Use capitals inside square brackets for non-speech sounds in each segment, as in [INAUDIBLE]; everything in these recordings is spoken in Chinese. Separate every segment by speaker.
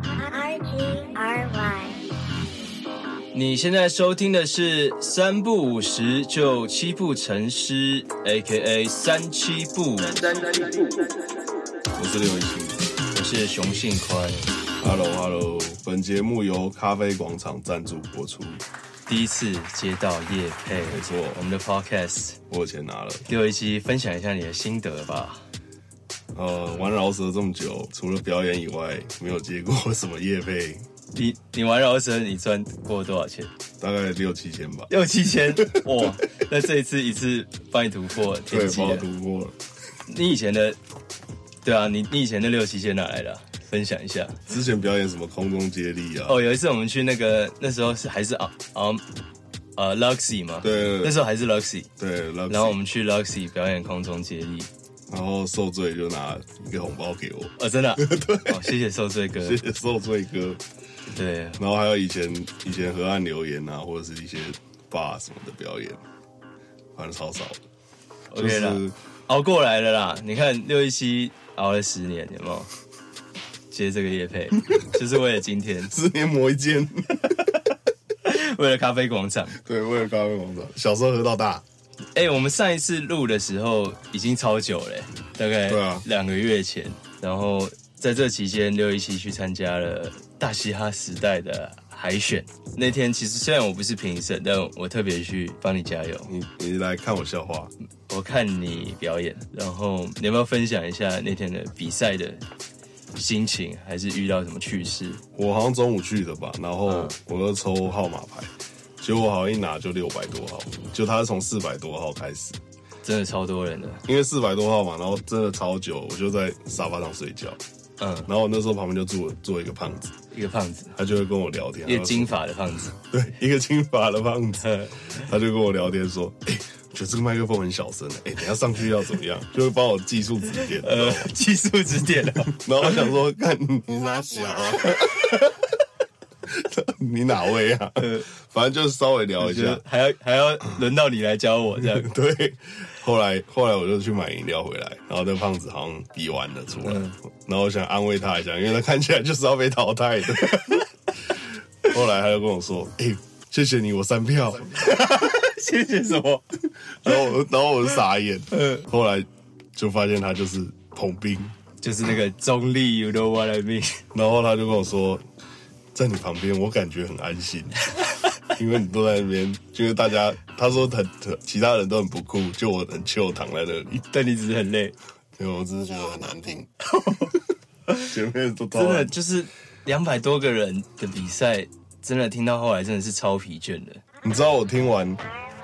Speaker 1: R G R Y。
Speaker 2: 你现在收听的是《三不五十就七步成诗》，A.K.A. 三七步。
Speaker 3: 我是刘雨欣。
Speaker 2: 我是熊信宽。
Speaker 3: Hello Hello，本节目由咖啡广场赞助播出。
Speaker 2: 第一次接到叶配，
Speaker 3: 没错呃
Speaker 2: 我们的 Podcast
Speaker 3: 我有钱拿了，
Speaker 2: 六一期分享一下你的心得吧。
Speaker 3: 呃，玩饶舌这么久，除了表演以外，没有接过什么业费，
Speaker 2: 你你玩饶舌，你赚过多少钱？
Speaker 3: 大概六七千吧。
Speaker 2: 六七千哇！那这一次一次帮你突破
Speaker 3: [LAUGHS] 对
Speaker 2: 天，际
Speaker 3: 帮我
Speaker 2: 了。
Speaker 3: 读过了。
Speaker 2: 你以前的，对啊，你你以前的六七千哪来的啊、分享一下。
Speaker 3: 之前表演什么空中接力啊？
Speaker 2: 哦，有一次我们去那个那时候是还是啊啊呃 Luxy 嘛，
Speaker 3: 对对对
Speaker 2: 那时候还是 Luxy，
Speaker 3: 对，然
Speaker 2: 然后我们去 Luxy 表演空中接力。
Speaker 3: 然后受罪就拿一个红包给我，
Speaker 2: 哦，真的、
Speaker 3: [LAUGHS]
Speaker 2: 啊，对、哦，谢谢受罪哥，
Speaker 3: 谢谢受罪哥。
Speaker 2: 对，
Speaker 3: 然后还有以前以前河岸留言啊，或者是一些 bar 什么的表演，反正超少的。 [LAUGHS] 就
Speaker 2: OK 啦
Speaker 3: 是，
Speaker 2: 熬过来了啦。你看六一七熬了十年，有没有？接这个夜配，就是为了今天， [LAUGHS]
Speaker 3: 十年磨一剑。
Speaker 2: 为了咖啡广场。
Speaker 3: 对，为了咖啡广场，小时候喝到大，
Speaker 2: 哎、我们上一次录的时候已经超久了、大概
Speaker 3: 对啊
Speaker 2: 两个月前。然后在这期间，六一七去参加了大嘻哈时代的海选。那天其实虽然我不是评审，但我特别去帮你加油。
Speaker 3: 你你来看我笑话。
Speaker 2: 我看你表演，然后你要不要分享一下那天的比赛的心情，还是遇到什么趣事？
Speaker 3: 我好像中午去的吧，然后
Speaker 2: 嗯
Speaker 3: 我就抽号码牌，结果我好像一拿就六百多号，就他是从四百多号开始，
Speaker 2: 真的超多人的，
Speaker 3: 因为四百多号嘛，然后真的超久，我就在沙发上睡觉，
Speaker 2: 嗯，
Speaker 3: 然后我那时候旁边就坐坐一个胖子，
Speaker 2: 一个胖子，
Speaker 3: 他就会跟我聊天，
Speaker 2: 一个
Speaker 3: 他就说
Speaker 2: 金发的胖子， [LAUGHS] 呃
Speaker 3: 对一个金发的胖子，
Speaker 2: 呵
Speaker 3: 他就跟我聊天说，哎、我觉得这个麦克风很小声、哎、等一下上去要怎么样？就会帮我技术指点， [LAUGHS]
Speaker 2: 呃，技术指点啊了，
Speaker 3: 然后我想说，看你哪小、啊， [LAUGHS] 你哪位啊？反正就是稍微聊
Speaker 2: 我
Speaker 3: 一
Speaker 2: 觉
Speaker 3: 下
Speaker 2: 得。还要还要轮到你来教我这 [LAUGHS] 样，
Speaker 3: 对，后来后来我就去买饮料回来，然后那胖子好像比完了出来，
Speaker 2: 嗯
Speaker 3: 然后我想安慰他一下，因为他看起来就是要被淘汰的。 [LAUGHS] 后来他就跟我说：“哎、谢谢你，我三票。
Speaker 2: 谢谢什么？”
Speaker 3: 然后我然后我就傻眼，
Speaker 2: 嗯
Speaker 3: 后来就发现他就是彭斌，
Speaker 2: 就是那个中立，you know what I mean？ [LAUGHS]
Speaker 3: 然后他就跟我说，在你旁边，我感觉很
Speaker 2: [LAUGHS]
Speaker 3: 安心，因为你都在那边，就是大家他说很很其他人都很不酷，就我很 chill 躺在那里，
Speaker 2: 但你只是很累，
Speaker 3: 对我只是觉得很
Speaker 2: [LAUGHS]
Speaker 3: 难听。前面都
Speaker 2: 真
Speaker 3: 真
Speaker 2: 的就是两百多个人的比赛，真的听到后来真的是超疲倦的。
Speaker 3: 你知道我听完，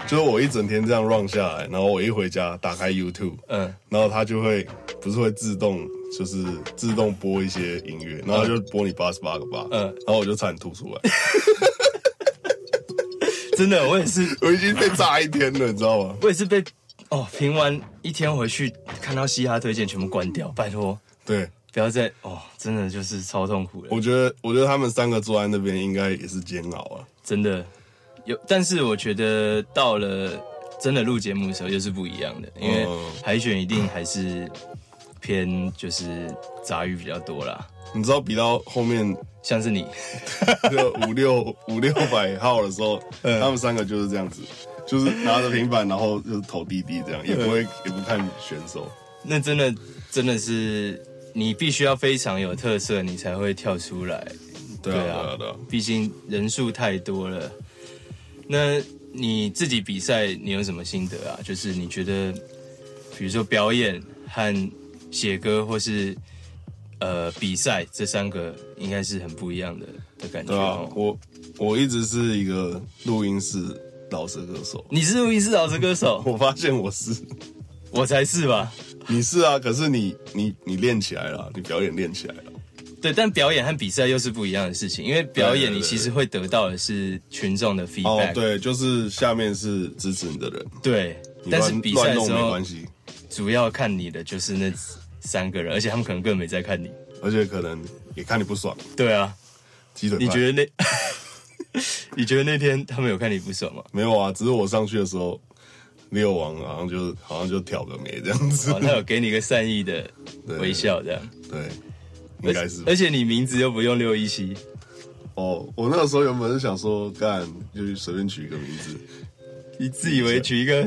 Speaker 3: 就是我一整天这样 run 下来，然后我一回家打开 YouTube，
Speaker 2: 嗯
Speaker 3: 然后它就会不是会自动就是自动播一些音乐，然后它就播你八十八个八，
Speaker 2: 嗯
Speaker 3: 然后我就差点吐出来，
Speaker 2: 真的，我也是
Speaker 3: 我已经被炸一天了，你知道吗？
Speaker 2: 我也是被哦评完一天回去，看到嘻哈推荐全部关掉，拜托
Speaker 3: 对。
Speaker 2: 不要再哦，真的就是超痛苦的，
Speaker 3: 我觉得，我觉得他们三个坐在那边应该也是煎熬啊。
Speaker 2: 真的有。但是我觉得到了真的录节目的时候又是不一样的，因为
Speaker 3: 嗯
Speaker 2: 海选一定还是偏就是杂鱼比较多啦，
Speaker 3: 你知道，比到后面
Speaker 2: 像是你，
Speaker 3: 就五六 [LAUGHS] 五六百号的时候，
Speaker 2: 嗯
Speaker 3: 他们三个就是这样子，就是拿着平板，然后就是投滴滴这样，
Speaker 2: 嗯
Speaker 3: 也不会也不看选手。
Speaker 2: 那真的真的是你必须要非常有特色，你才会跳出来。
Speaker 3: 对啊，对啊，对啊。
Speaker 2: 毕竟人数太多了。那你自己比赛，你有什么心得啊？就是你觉得，比如说表演和写歌，或是呃比赛，这三个应该是很不一样的的感觉、
Speaker 3: 对啊
Speaker 2: 哦，。
Speaker 3: 我我一直是一个录音室老舌歌手， [LAUGHS]
Speaker 2: 你是录音室老师歌手，
Speaker 3: 我发现
Speaker 2: [LAUGHS]
Speaker 3: 我是，
Speaker 2: 我才是吧？
Speaker 3: 你是啊，可是你你你练起来了，你表演练起来了，
Speaker 2: 对，但表演和比赛又是不一样的事情，因为表
Speaker 3: 对对
Speaker 2: 演
Speaker 3: 对
Speaker 2: 你其实会得到的是群众的
Speaker 3: 哦
Speaker 2: feedback，、，
Speaker 3: 对，就是下面是支持你的人，
Speaker 2: 对
Speaker 3: 你
Speaker 2: 但是
Speaker 3: 乱
Speaker 2: 比赛的
Speaker 3: 乱弄
Speaker 2: 时
Speaker 3: 没
Speaker 2: 候
Speaker 3: 关，系，
Speaker 2: 主要看你的就是那三个人，而且他们可能根本没在看你。
Speaker 3: 而且可能也看你不爽，
Speaker 2: 对啊，
Speaker 3: 鸡腿
Speaker 2: 你
Speaker 3: 饭。
Speaker 2: 觉得那，你觉得那 [LAUGHS] 天他们有看你不
Speaker 3: [LAUGHS]
Speaker 2: 爽吗？
Speaker 3: 没有啊？只是我上去的时候，六王好像就好像就挑个眉这样子
Speaker 2: 哦，。他有给你一个善意的微笑，这样。
Speaker 3: [LAUGHS] 对，应该是吧
Speaker 2: 而且你名字又不用六一七，
Speaker 3: 哦，我那个时候原本是想说，干就随便取一个名字，
Speaker 2: 你自以为取一个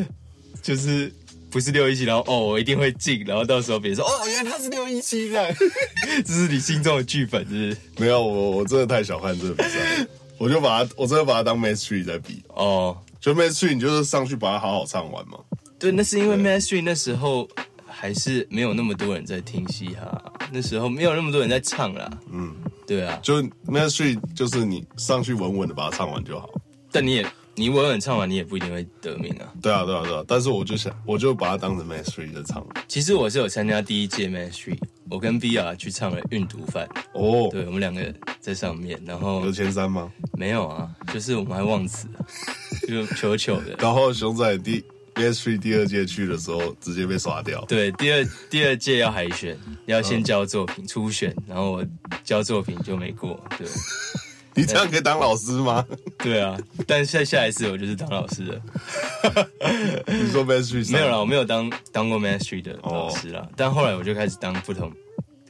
Speaker 2: 就是不是六一七，然后哦我一定会进，然后到时候别人说哦原来他是六一七这样， [LAUGHS] 这是你心中的剧本，是不是？
Speaker 3: 没有，我我真的太小看这个比 [LAUGHS] 赛了，我就把它，我真的把它当 match three 在比，
Speaker 2: 哦，
Speaker 3: 就 match three 你就是上去把它好好唱完嘛。
Speaker 2: 对，那是因为 m a s t r e 那时候还是没有那么多人在听嘻哈，那时候没有那么多人在唱啦。嗯，对啊，
Speaker 3: 就 match three 就是你上去稳稳的把它唱完就好。
Speaker 2: 但你也你稳稳唱完，你也不一定会得名啊。
Speaker 3: 对啊，对啊，对啊，但是我就想，我就把它当成 match three 在唱。
Speaker 2: 其实我是有参加第一届 m a s t r e 我跟 B R 去唱了《运毒犯》，
Speaker 3: 哦，
Speaker 2: 对我们两个在上面，然后
Speaker 3: 有前三吗？
Speaker 2: 没有啊，就是我们还忘词了，就糗糗
Speaker 3: [LAUGHS]
Speaker 2: 的。
Speaker 3: 然后熊仔第 match three 第二届去的时候，直接被刷掉。
Speaker 2: 对，第二第二届要海选，要先交作品初选，然后我交作品就没过，对
Speaker 3: 你这样可以当老师吗？
Speaker 2: 对啊。但下下一次我就是当老师的，
Speaker 3: 你说 match
Speaker 2: [LAUGHS]
Speaker 3: three
Speaker 2: 没有啦，我没有当当过 Mastery 的老
Speaker 3: 哦
Speaker 2: 师啦，但后来我就开始当不同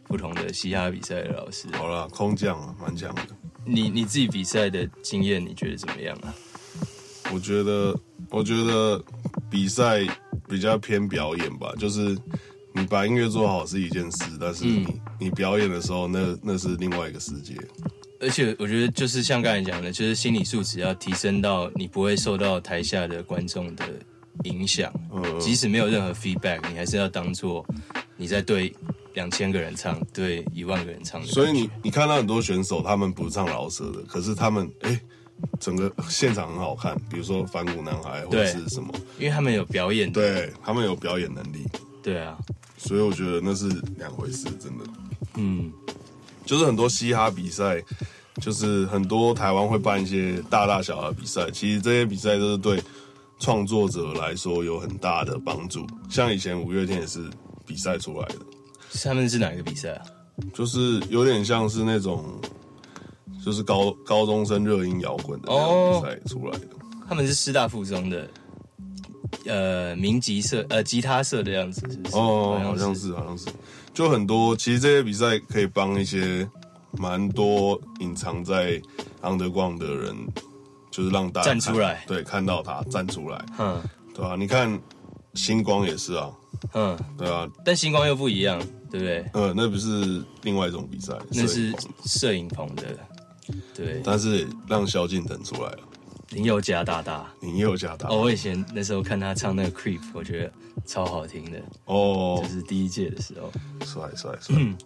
Speaker 2: 不同的嘻哈比赛的老师。
Speaker 3: 好啦，空降啊，蛮强的。
Speaker 2: 你你自己比赛的经验，你觉得怎么样啊？
Speaker 3: 我觉得，我觉得比赛比较偏表演吧，就是你把音乐做好是一件事，但
Speaker 2: 嗯
Speaker 3: 是你、你表演的时候，那那是另外一个世界。
Speaker 2: 而且我觉得就是像刚才讲的，就是心理素质要提升到你不会受到台下的观众的影响，
Speaker 3: 嗯
Speaker 2: 即使没有任何 feedback，你还是要当做你在对两千个人唱，对一万个人唱的感觉。
Speaker 3: 所以你你看到很多选手，他们不唱饶舌的，可是他们哎、整个现场很好看，比如说反骨男孩或者
Speaker 2: 对
Speaker 3: 是什么，
Speaker 2: 因为他们有表演的，
Speaker 3: 对他们有表演能力，
Speaker 2: 对啊，
Speaker 3: 所以我觉得那是两回事，真的。
Speaker 2: 嗯，
Speaker 3: 就是很多嘻哈比赛，就是很多台湾会办一些大大小小的比赛，其实这些比赛都是对创作者来说有很大的帮助。像以前五月天也是比赛出来的，
Speaker 2: 是他们是哪一个比赛啊？
Speaker 3: 就是有点像是那种就是高高中生热音摇滚的那
Speaker 2: 哦
Speaker 3: 种比赛出来的。
Speaker 2: 他们是师大附中的，呃，民吉社呃吉他社的样子，是不是？
Speaker 3: 哦，好像是，好像是，就很多。其实这些比赛可以帮一些蛮多隐藏在 underground 的人，就是让大家
Speaker 2: 站
Speaker 3: 看
Speaker 2: 出来
Speaker 3: 对，看到他站出来，
Speaker 2: 嗯
Speaker 3: 对啊，你看星光也是啊，
Speaker 2: 嗯，
Speaker 3: 对啊，
Speaker 2: 但星光又不一样，对不对？
Speaker 3: 呃，那不是另外一种比赛，
Speaker 2: 那是
Speaker 3: 摄影棚
Speaker 2: 摄影棚的，对，
Speaker 3: 但是让萧敬腾出来了，
Speaker 2: 林宥嘉大大。
Speaker 3: 林宥嘉他
Speaker 2: 哦，我以前那时候看他唱那个《Creep》，我觉得超好听的，
Speaker 3: 哦
Speaker 2: 就，是第一届的时候。
Speaker 3: 帅帅帅，
Speaker 2: 嗯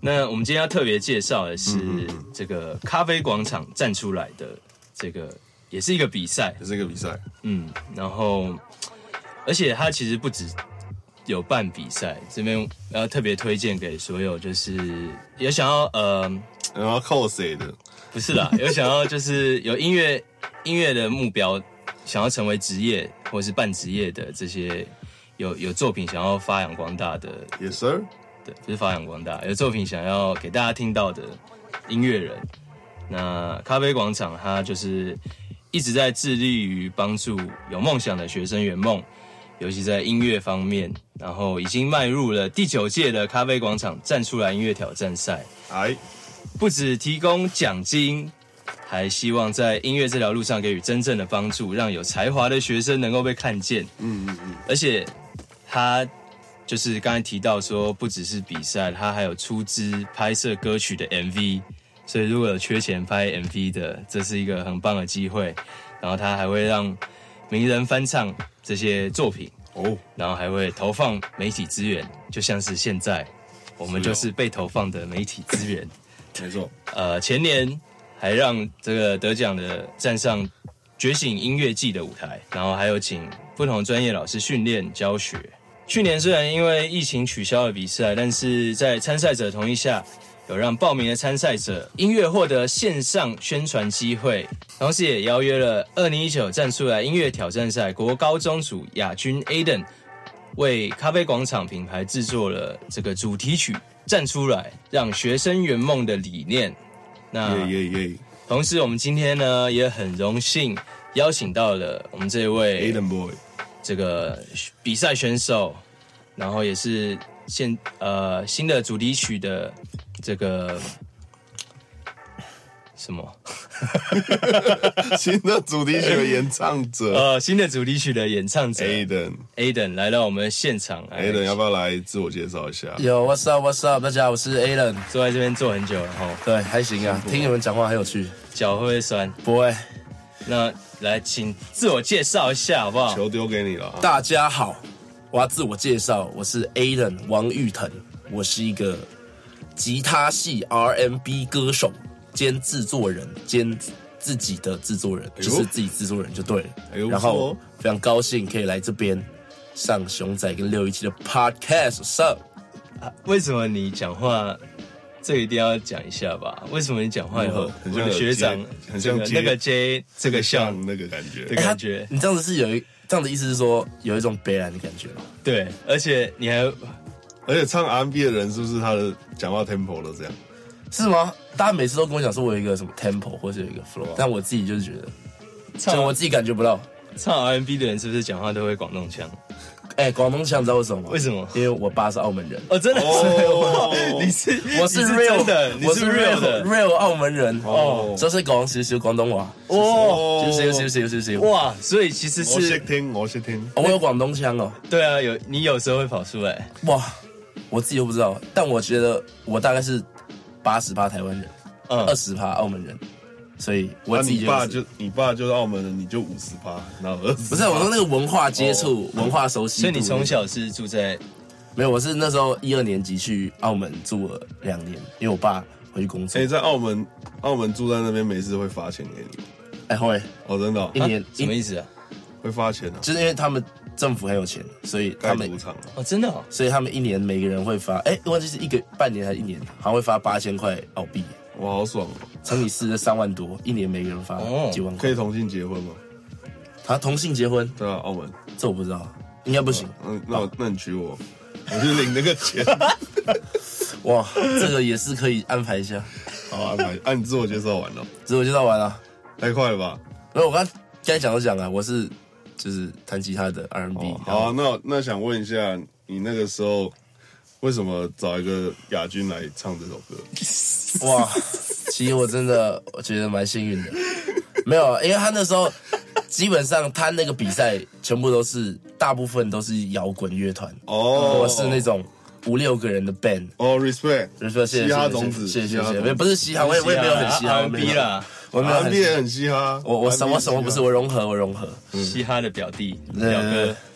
Speaker 2: 那我们今天要特别介绍的
Speaker 3: 嗯
Speaker 2: 是这个咖啡广场站出来的这个，也是一个比赛，
Speaker 3: 也是一个比赛，
Speaker 2: 嗯，然后而且它其实不止有办比赛，这边要特别推荐给所有就是有想要呃
Speaker 3: 然后靠谁的？
Speaker 2: 不是啦，有想要就是有音乐音乐的目标，想要成为职业或是半职业的这些有有作品想要发扬光大的，
Speaker 3: 也 sir，
Speaker 2: 对，不是发扬光大，有作品想要给大家听到的音乐人。那咖啡广场它就是一直在致力于帮助有梦想的学生圆梦，尤其在音乐方面。然后已经迈入了第九届的咖啡广场站出来音乐挑战赛。
Speaker 3: 哎，
Speaker 2: 不只提供奖金，还希望在音乐这条路上给予真正的帮助，让有才华的学生能够被看见。嗯嗯嗯。而且他就是刚才提到说，不只是比赛，他还有出资拍摄歌曲的 MV。所以如果有缺钱拍 MV 的，这是一个很棒的机会。然后他还会让名人翻唱这些作品，
Speaker 3: 哦，
Speaker 2: 然后还会投放媒体资源，就像是现在我们
Speaker 3: 是哦
Speaker 2: 就是被投放的媒体资源。
Speaker 3: 没错，
Speaker 2: 呃，前年还让这个得奖的站上觉醒音乐季的舞台，然后还有请不同专业老师训练教学。去年虽然因为疫情取消了比赛，但是在参赛者同意下，有让报名的参赛者音乐获得线上宣传机会，同时也邀约了二零一九站出来音乐挑战赛国高中组亚军 Aden 为咖啡广场品牌制作了这个主题曲《站出来》，让学生圆梦的理念。那
Speaker 3: 耶耶耶
Speaker 2: 同时，我们今天呢也很荣幸邀请到了我们这位
Speaker 3: ，Aiden Boy，
Speaker 2: 这个比赛选手，然后也是现呃新的主题曲的这个什么
Speaker 3: 新的主题曲的演唱
Speaker 4: [LAUGHS] 哦
Speaker 3: 者
Speaker 2: 呃新的主题曲的演唱
Speaker 4: 啊
Speaker 2: 者
Speaker 3: Aden。
Speaker 2: Aden 来到我们现场哎
Speaker 3: Aden 哎要不要来自我介绍一下？
Speaker 4: 哎有 What's up What's up，大家好，我是 Alan。
Speaker 2: 坐在这边坐很久了哈，
Speaker 4: 对，还行啊，听你们讲话很有趣。
Speaker 2: 脚会不会酸？
Speaker 4: 不会，
Speaker 2: 那来请自我介绍一下好不好？
Speaker 3: 球丢给你了啊！
Speaker 4: 大家好，我要自我介绍，我是 Alan 王玉腾，我是一个吉他系 R&B 歌手兼制作人兼自己的制作人，
Speaker 3: 哎呦
Speaker 4: 就是自己制作人就对了。
Speaker 3: 哎呦
Speaker 4: 然
Speaker 3: 不错
Speaker 4: 后
Speaker 3: 哦
Speaker 4: 非常高兴可以来这边上熊仔跟六一七的 Podcast What's up。
Speaker 2: 为什么你讲话？这一定要讲一下吧？为什么你讲话以后，我
Speaker 3: 很像
Speaker 2: 的
Speaker 3: 有
Speaker 2: 学
Speaker 3: 接
Speaker 2: 长
Speaker 3: 很
Speaker 2: 这
Speaker 3: 像
Speaker 2: 个
Speaker 3: 接
Speaker 2: 那个 J 这个像
Speaker 3: 像那个感觉
Speaker 2: 这，
Speaker 4: 哎
Speaker 2: 个
Speaker 4: 他
Speaker 2: 感觉
Speaker 4: 你这样子是有一这样的意思是说有一种北然的感觉吗？
Speaker 2: 对，而且你还
Speaker 3: 而且唱 R&B 的人是不是他的讲话 tempo 都这样？
Speaker 4: 是吗？大家每次都跟我讲说我有一个什么 tempo 或者有一个 flow，但我自己就是觉得，就我
Speaker 2: 唱
Speaker 4: 自己感觉不到。
Speaker 2: 唱 R&B 的人是不是讲话都会广东腔？
Speaker 4: 哎、广东腔你知道为什么吗？
Speaker 2: 为什么
Speaker 4: 因为我爸是澳门人，
Speaker 2: 哦，真的
Speaker 3: 哦
Speaker 2: 是， [LAUGHS] 你是
Speaker 4: 我
Speaker 2: 你是
Speaker 4: real
Speaker 2: 真的，你
Speaker 4: 我
Speaker 2: 是 real 的
Speaker 4: real 澳门人
Speaker 3: 哦
Speaker 4: 哦，这是讲少少广东话，
Speaker 2: 哦
Speaker 4: 少少少少少少。哇，
Speaker 2: 哇！所以其实
Speaker 3: 我
Speaker 2: 是
Speaker 3: 先听，我先听。
Speaker 4: 我有广东腔哦，
Speaker 2: 对啊，有你有时候会跑出来，
Speaker 4: 哇，我自己都不知道，但我觉得我大概是八十趴台湾人，
Speaker 2: 嗯
Speaker 4: 二，十趴澳门人，所以我
Speaker 3: 那
Speaker 4: 自己
Speaker 3: 你
Speaker 4: 觉得
Speaker 3: 爸
Speaker 4: 是
Speaker 3: 就你爸就是澳门人，你就五十趴，然后二十。
Speaker 4: 不是我说那个文化接触、文化熟悉度，
Speaker 2: 所以你从小是住在
Speaker 4: 没有，我是那时候一二年级去澳门住了两年，因为我爸回去工作。
Speaker 3: 哎、
Speaker 4: 哎、
Speaker 3: 在澳门，澳门住在那边没事会发钱给你，
Speaker 4: 会
Speaker 3: 哦，真的哦、
Speaker 4: 哎一年、
Speaker 2: 啊什么
Speaker 4: 一，
Speaker 2: 意思啊？
Speaker 3: 会发钱啊，
Speaker 4: 就是因为他们政府很有钱，所以他
Speaker 3: 盖
Speaker 4: 们
Speaker 3: 赌，场啊，
Speaker 2: 哦，真的哦，
Speaker 4: 所以他们一年每个人会发，哎、忘记是一个半年还是一年，好像会发八千块澳币，
Speaker 3: 哇，好爽哦、
Speaker 4: 乘以四是三万多，一年每个人发
Speaker 2: 哦
Speaker 4: 几万
Speaker 3: 可
Speaker 4: 块。
Speaker 3: 以同性结婚吗？
Speaker 4: 他、同性结婚，
Speaker 3: 对啊，澳门，
Speaker 4: 这我不知道，应该不行。
Speaker 3: 嗯，那我那你娶我，我去领那个钱。
Speaker 4: 哇，这个也是可以安排一下。
Speaker 3: 好，安排。啊，你自我介绍完了，
Speaker 4: 所以我介绍完了，
Speaker 3: 太快了吧？
Speaker 4: 没有，我刚该讲都讲了，我是就是弹吉他的 R&B，、
Speaker 3: 哦，好、啊，那那想问一下，你那个时候为什么找一个亚军来唱这首歌？
Speaker 4: 哇，其实我真的我觉得蛮幸运的，没有，因为他那时候基本上他那个比赛全部都是大部分都是摇滚乐团，
Speaker 3: 哦，
Speaker 4: 我是那种五六个人的 band。
Speaker 3: 哦，respect，
Speaker 4: 所以说谢谢
Speaker 3: 嘻哈
Speaker 4: 谢谢
Speaker 3: 种子
Speaker 4: 谢谢
Speaker 3: 嘻
Speaker 4: 谢
Speaker 3: 哈
Speaker 4: 谢
Speaker 3: 种
Speaker 4: 谢
Speaker 3: 子
Speaker 4: 谢，不是嘻哈，我也我也没有很嘻哈，我没
Speaker 2: R&B
Speaker 4: 有，
Speaker 2: 啦，
Speaker 4: 我没有很
Speaker 3: R&B
Speaker 4: 嘻
Speaker 3: 也
Speaker 4: 哈，
Speaker 3: 很嘻哈，啊
Speaker 4: 我我什
Speaker 3: R&B
Speaker 4: 么什么不是我融合我融合，
Speaker 2: 嘻哈的表弟
Speaker 4: 对
Speaker 2: 表哥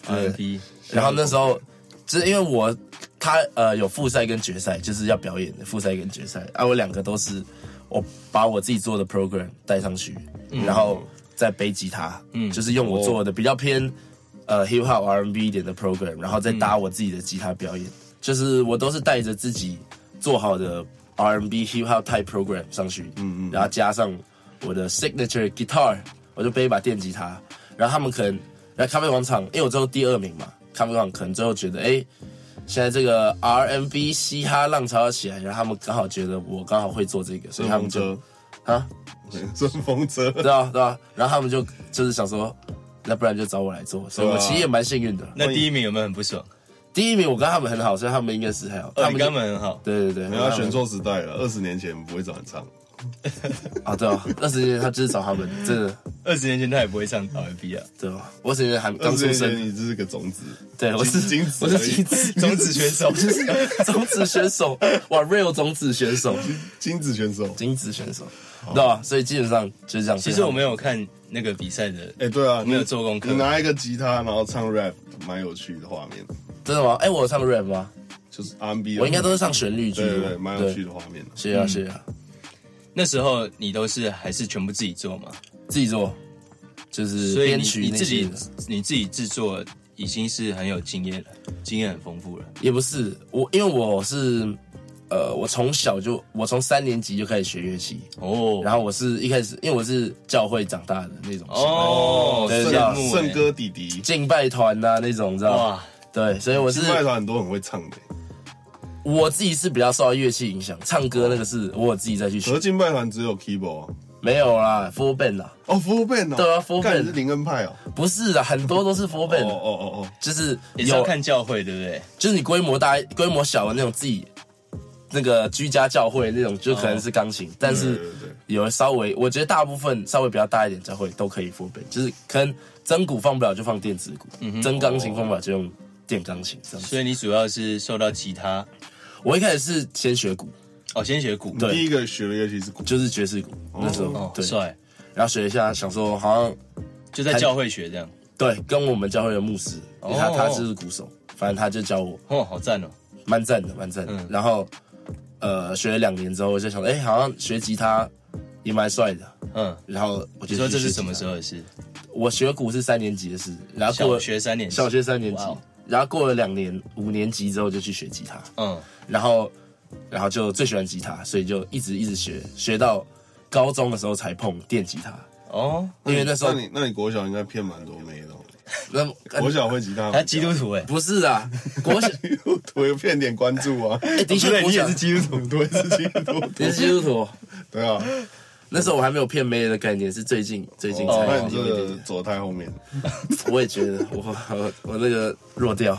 Speaker 4: 对对
Speaker 2: R&B，
Speaker 4: 然后那时候，就是因为我他呃有复赛跟决赛，就是要表演的复赛跟决赛啊，我两个都是我把我自己做的 program 带上去，然后再背吉他，嗯，就是用我做的比较偏呃 hip hop R&B 一点的 program，然后再搭我自己的吉他表演，就是我都是带着自己做好的 R&B hip hop type program 上去，嗯嗯，然后加上我的 signature guitar，我就背一把电吉他，然后他们可能来咖啡广场，因为我最后第二名嘛，咖啡广场可能最后觉得，哎，现在这个 R&B 嘻哈浪潮要起来，然后他们刚好觉得我刚好会做这个，所
Speaker 3: 顺
Speaker 4: 以他们
Speaker 3: 风
Speaker 4: 就
Speaker 3: 车，
Speaker 4: 啊，
Speaker 3: 顺风车，
Speaker 4: [LAUGHS] 对啊对啊，然后他们就就是想说，那不然就找我来做，所以
Speaker 3: 对啊
Speaker 4: 我其实也蛮幸运的。
Speaker 2: 那第一名有没有很不爽？
Speaker 4: 第一名我跟他们很好，所以他们应该是还好，
Speaker 2: 哦
Speaker 4: 他
Speaker 2: 你
Speaker 4: 们
Speaker 2: 跟
Speaker 4: 就
Speaker 2: 他们很好，
Speaker 4: 对对对，
Speaker 3: 你
Speaker 4: 我
Speaker 3: 要
Speaker 4: 跟他们
Speaker 3: 啊选错时代了，二十年前不会找你唱。
Speaker 4: 啊，对啊，那时间他就是找他们，真的
Speaker 2: 二十年前他也不会唱 R&B
Speaker 4: [LAUGHS]
Speaker 2: 啊，
Speaker 4: 对吧？我只是还
Speaker 3: 二
Speaker 4: 刚
Speaker 3: 十
Speaker 4: 出
Speaker 3: 年前
Speaker 4: 生，
Speaker 3: 你只是个种子，
Speaker 4: 对我是
Speaker 3: 金子
Speaker 4: 我
Speaker 3: 而已，
Speaker 4: 是金子，
Speaker 2: 种子选手
Speaker 4: 就是 [LAUGHS] 种子选手，哇，real 种子选手，
Speaker 3: [LAUGHS] 金子选手。
Speaker 4: 金子选手，对吧？所以基本上就是这样。
Speaker 2: 哦其实我没有看那个比赛的，
Speaker 3: 哎、对啊，
Speaker 2: 没有做功课
Speaker 3: 你拿一个吉他，然后唱 rap，蛮有趣的画面，
Speaker 4: 真的吗？哎，我有唱 rap 吗？
Speaker 3: 就是 R&B 的。
Speaker 4: 我应该都是唱旋律居
Speaker 3: 对对
Speaker 4: 多
Speaker 3: 对，，蛮有趣的画面的。
Speaker 4: 谢谢啊，
Speaker 2: 嗯
Speaker 4: 谢谢啊，
Speaker 2: 那时候你都是还是全部自己做嘛，
Speaker 4: 自己做就是
Speaker 2: 所以
Speaker 4: 编
Speaker 2: 你
Speaker 4: 曲
Speaker 2: 你
Speaker 4: 那
Speaker 2: 自
Speaker 4: 些
Speaker 2: 己
Speaker 4: 的
Speaker 2: 你自己制作已经是很有经验了，经验很丰富了。
Speaker 4: 也不是我，因为我是呃，我从小就我从三年级就开始学乐器，
Speaker 2: 哦，
Speaker 4: 然后我是一开始因为我是教会长大的那种
Speaker 2: 哦，
Speaker 4: 对
Speaker 2: 圣
Speaker 4: 这样
Speaker 2: 慕
Speaker 3: 圣哥弟弟，
Speaker 4: 敬拜团呐、那种，你知道吗？
Speaker 2: 哇，
Speaker 4: 对，所以我是
Speaker 3: 金麦团很多很会唱的、
Speaker 4: 我自己是比较受到乐器影响，唱歌那个是我有自己再去
Speaker 3: 可是
Speaker 4: 学，
Speaker 3: 金麦团只有 keyboard 啊
Speaker 4: 没有啦，full band 啦，
Speaker 3: 哦，full band 哦，
Speaker 4: 对啊，full
Speaker 3: 看
Speaker 4: band
Speaker 3: 你是林恩派哦，
Speaker 4: 不是啊，很多都是 full
Speaker 3: 哦
Speaker 4: band，、
Speaker 3: 哦哦哦，
Speaker 4: 就是
Speaker 2: 也是要
Speaker 4: 有
Speaker 2: 看教会，对不对？
Speaker 4: 就是你规模大、规模小的那种自己那个居家教会那种，就可能是钢琴，但是
Speaker 3: 哦对对对
Speaker 4: 有稍微，我觉得大部分稍微比较大一点教会都可以 full band，就是可能真鼓放不了就放电子鼓，
Speaker 3: 嗯
Speaker 4: 真钢
Speaker 3: 哦
Speaker 4: 琴放不了就用电钢琴这样子。
Speaker 2: 所以你主要是受到吉他，
Speaker 4: 我一开始是先学鼓，
Speaker 2: 哦，先学鼓，
Speaker 4: 对
Speaker 3: 第一个学的乐器是鼓，
Speaker 4: 就是爵士鼓那时候
Speaker 2: 哦，，
Speaker 4: 对，
Speaker 2: 帅，
Speaker 4: 然后学一下，想说好像
Speaker 2: 就在教会学这样，
Speaker 4: 对，跟我们教会的牧师，
Speaker 2: 哦
Speaker 4: 他他就是鼓手，反正他就教我，
Speaker 2: 哦，好赞哦，
Speaker 4: 蛮赞的，蛮赞的。
Speaker 2: 嗯
Speaker 4: 然后呃，学了两年之后，我就想，哎、好像学吉他也蛮帅的。
Speaker 2: 嗯，
Speaker 4: 然后我就
Speaker 2: 你说这是什么时
Speaker 4: 候？
Speaker 2: 候的事？
Speaker 4: 我学鼓是三年级的事，然后啊过
Speaker 2: 小
Speaker 4: 了
Speaker 2: 学三年级，
Speaker 4: 小学三年级
Speaker 2: 哇哦，
Speaker 4: 然后过了两年五年级之后就去学吉他，
Speaker 2: 嗯，
Speaker 4: 然后然后就最喜欢吉他，所以就一直一直学，学到高中的时候才碰电吉他，
Speaker 2: 哦，
Speaker 4: 因为那时候
Speaker 3: 那你那你国小应该骗蛮多妹的哦，
Speaker 4: 那
Speaker 3: 国小会吉他吗，
Speaker 2: 他
Speaker 3: [LAUGHS]
Speaker 2: 基督徒哎，
Speaker 4: 呃不是啊，
Speaker 2: [LAUGHS]
Speaker 4: 国小
Speaker 3: 我有骗点关注啊，
Speaker 4: 哎
Speaker 3: [LAUGHS]
Speaker 4: 的确
Speaker 2: 对
Speaker 4: 国
Speaker 2: 你也
Speaker 4: 小
Speaker 2: 哦是基督徒，
Speaker 3: 我也是基督
Speaker 4: [LAUGHS]
Speaker 3: 徒，
Speaker 4: 你是基督徒，
Speaker 3: 对啊，
Speaker 4: 那时候我还没有骗妹的概念，是最近最近才
Speaker 2: 哦
Speaker 3: 那
Speaker 4: 有
Speaker 3: 你
Speaker 4: 一
Speaker 3: 这
Speaker 4: 点
Speaker 3: 个走太后面了。
Speaker 4: 我也觉得我我我那个弱掉，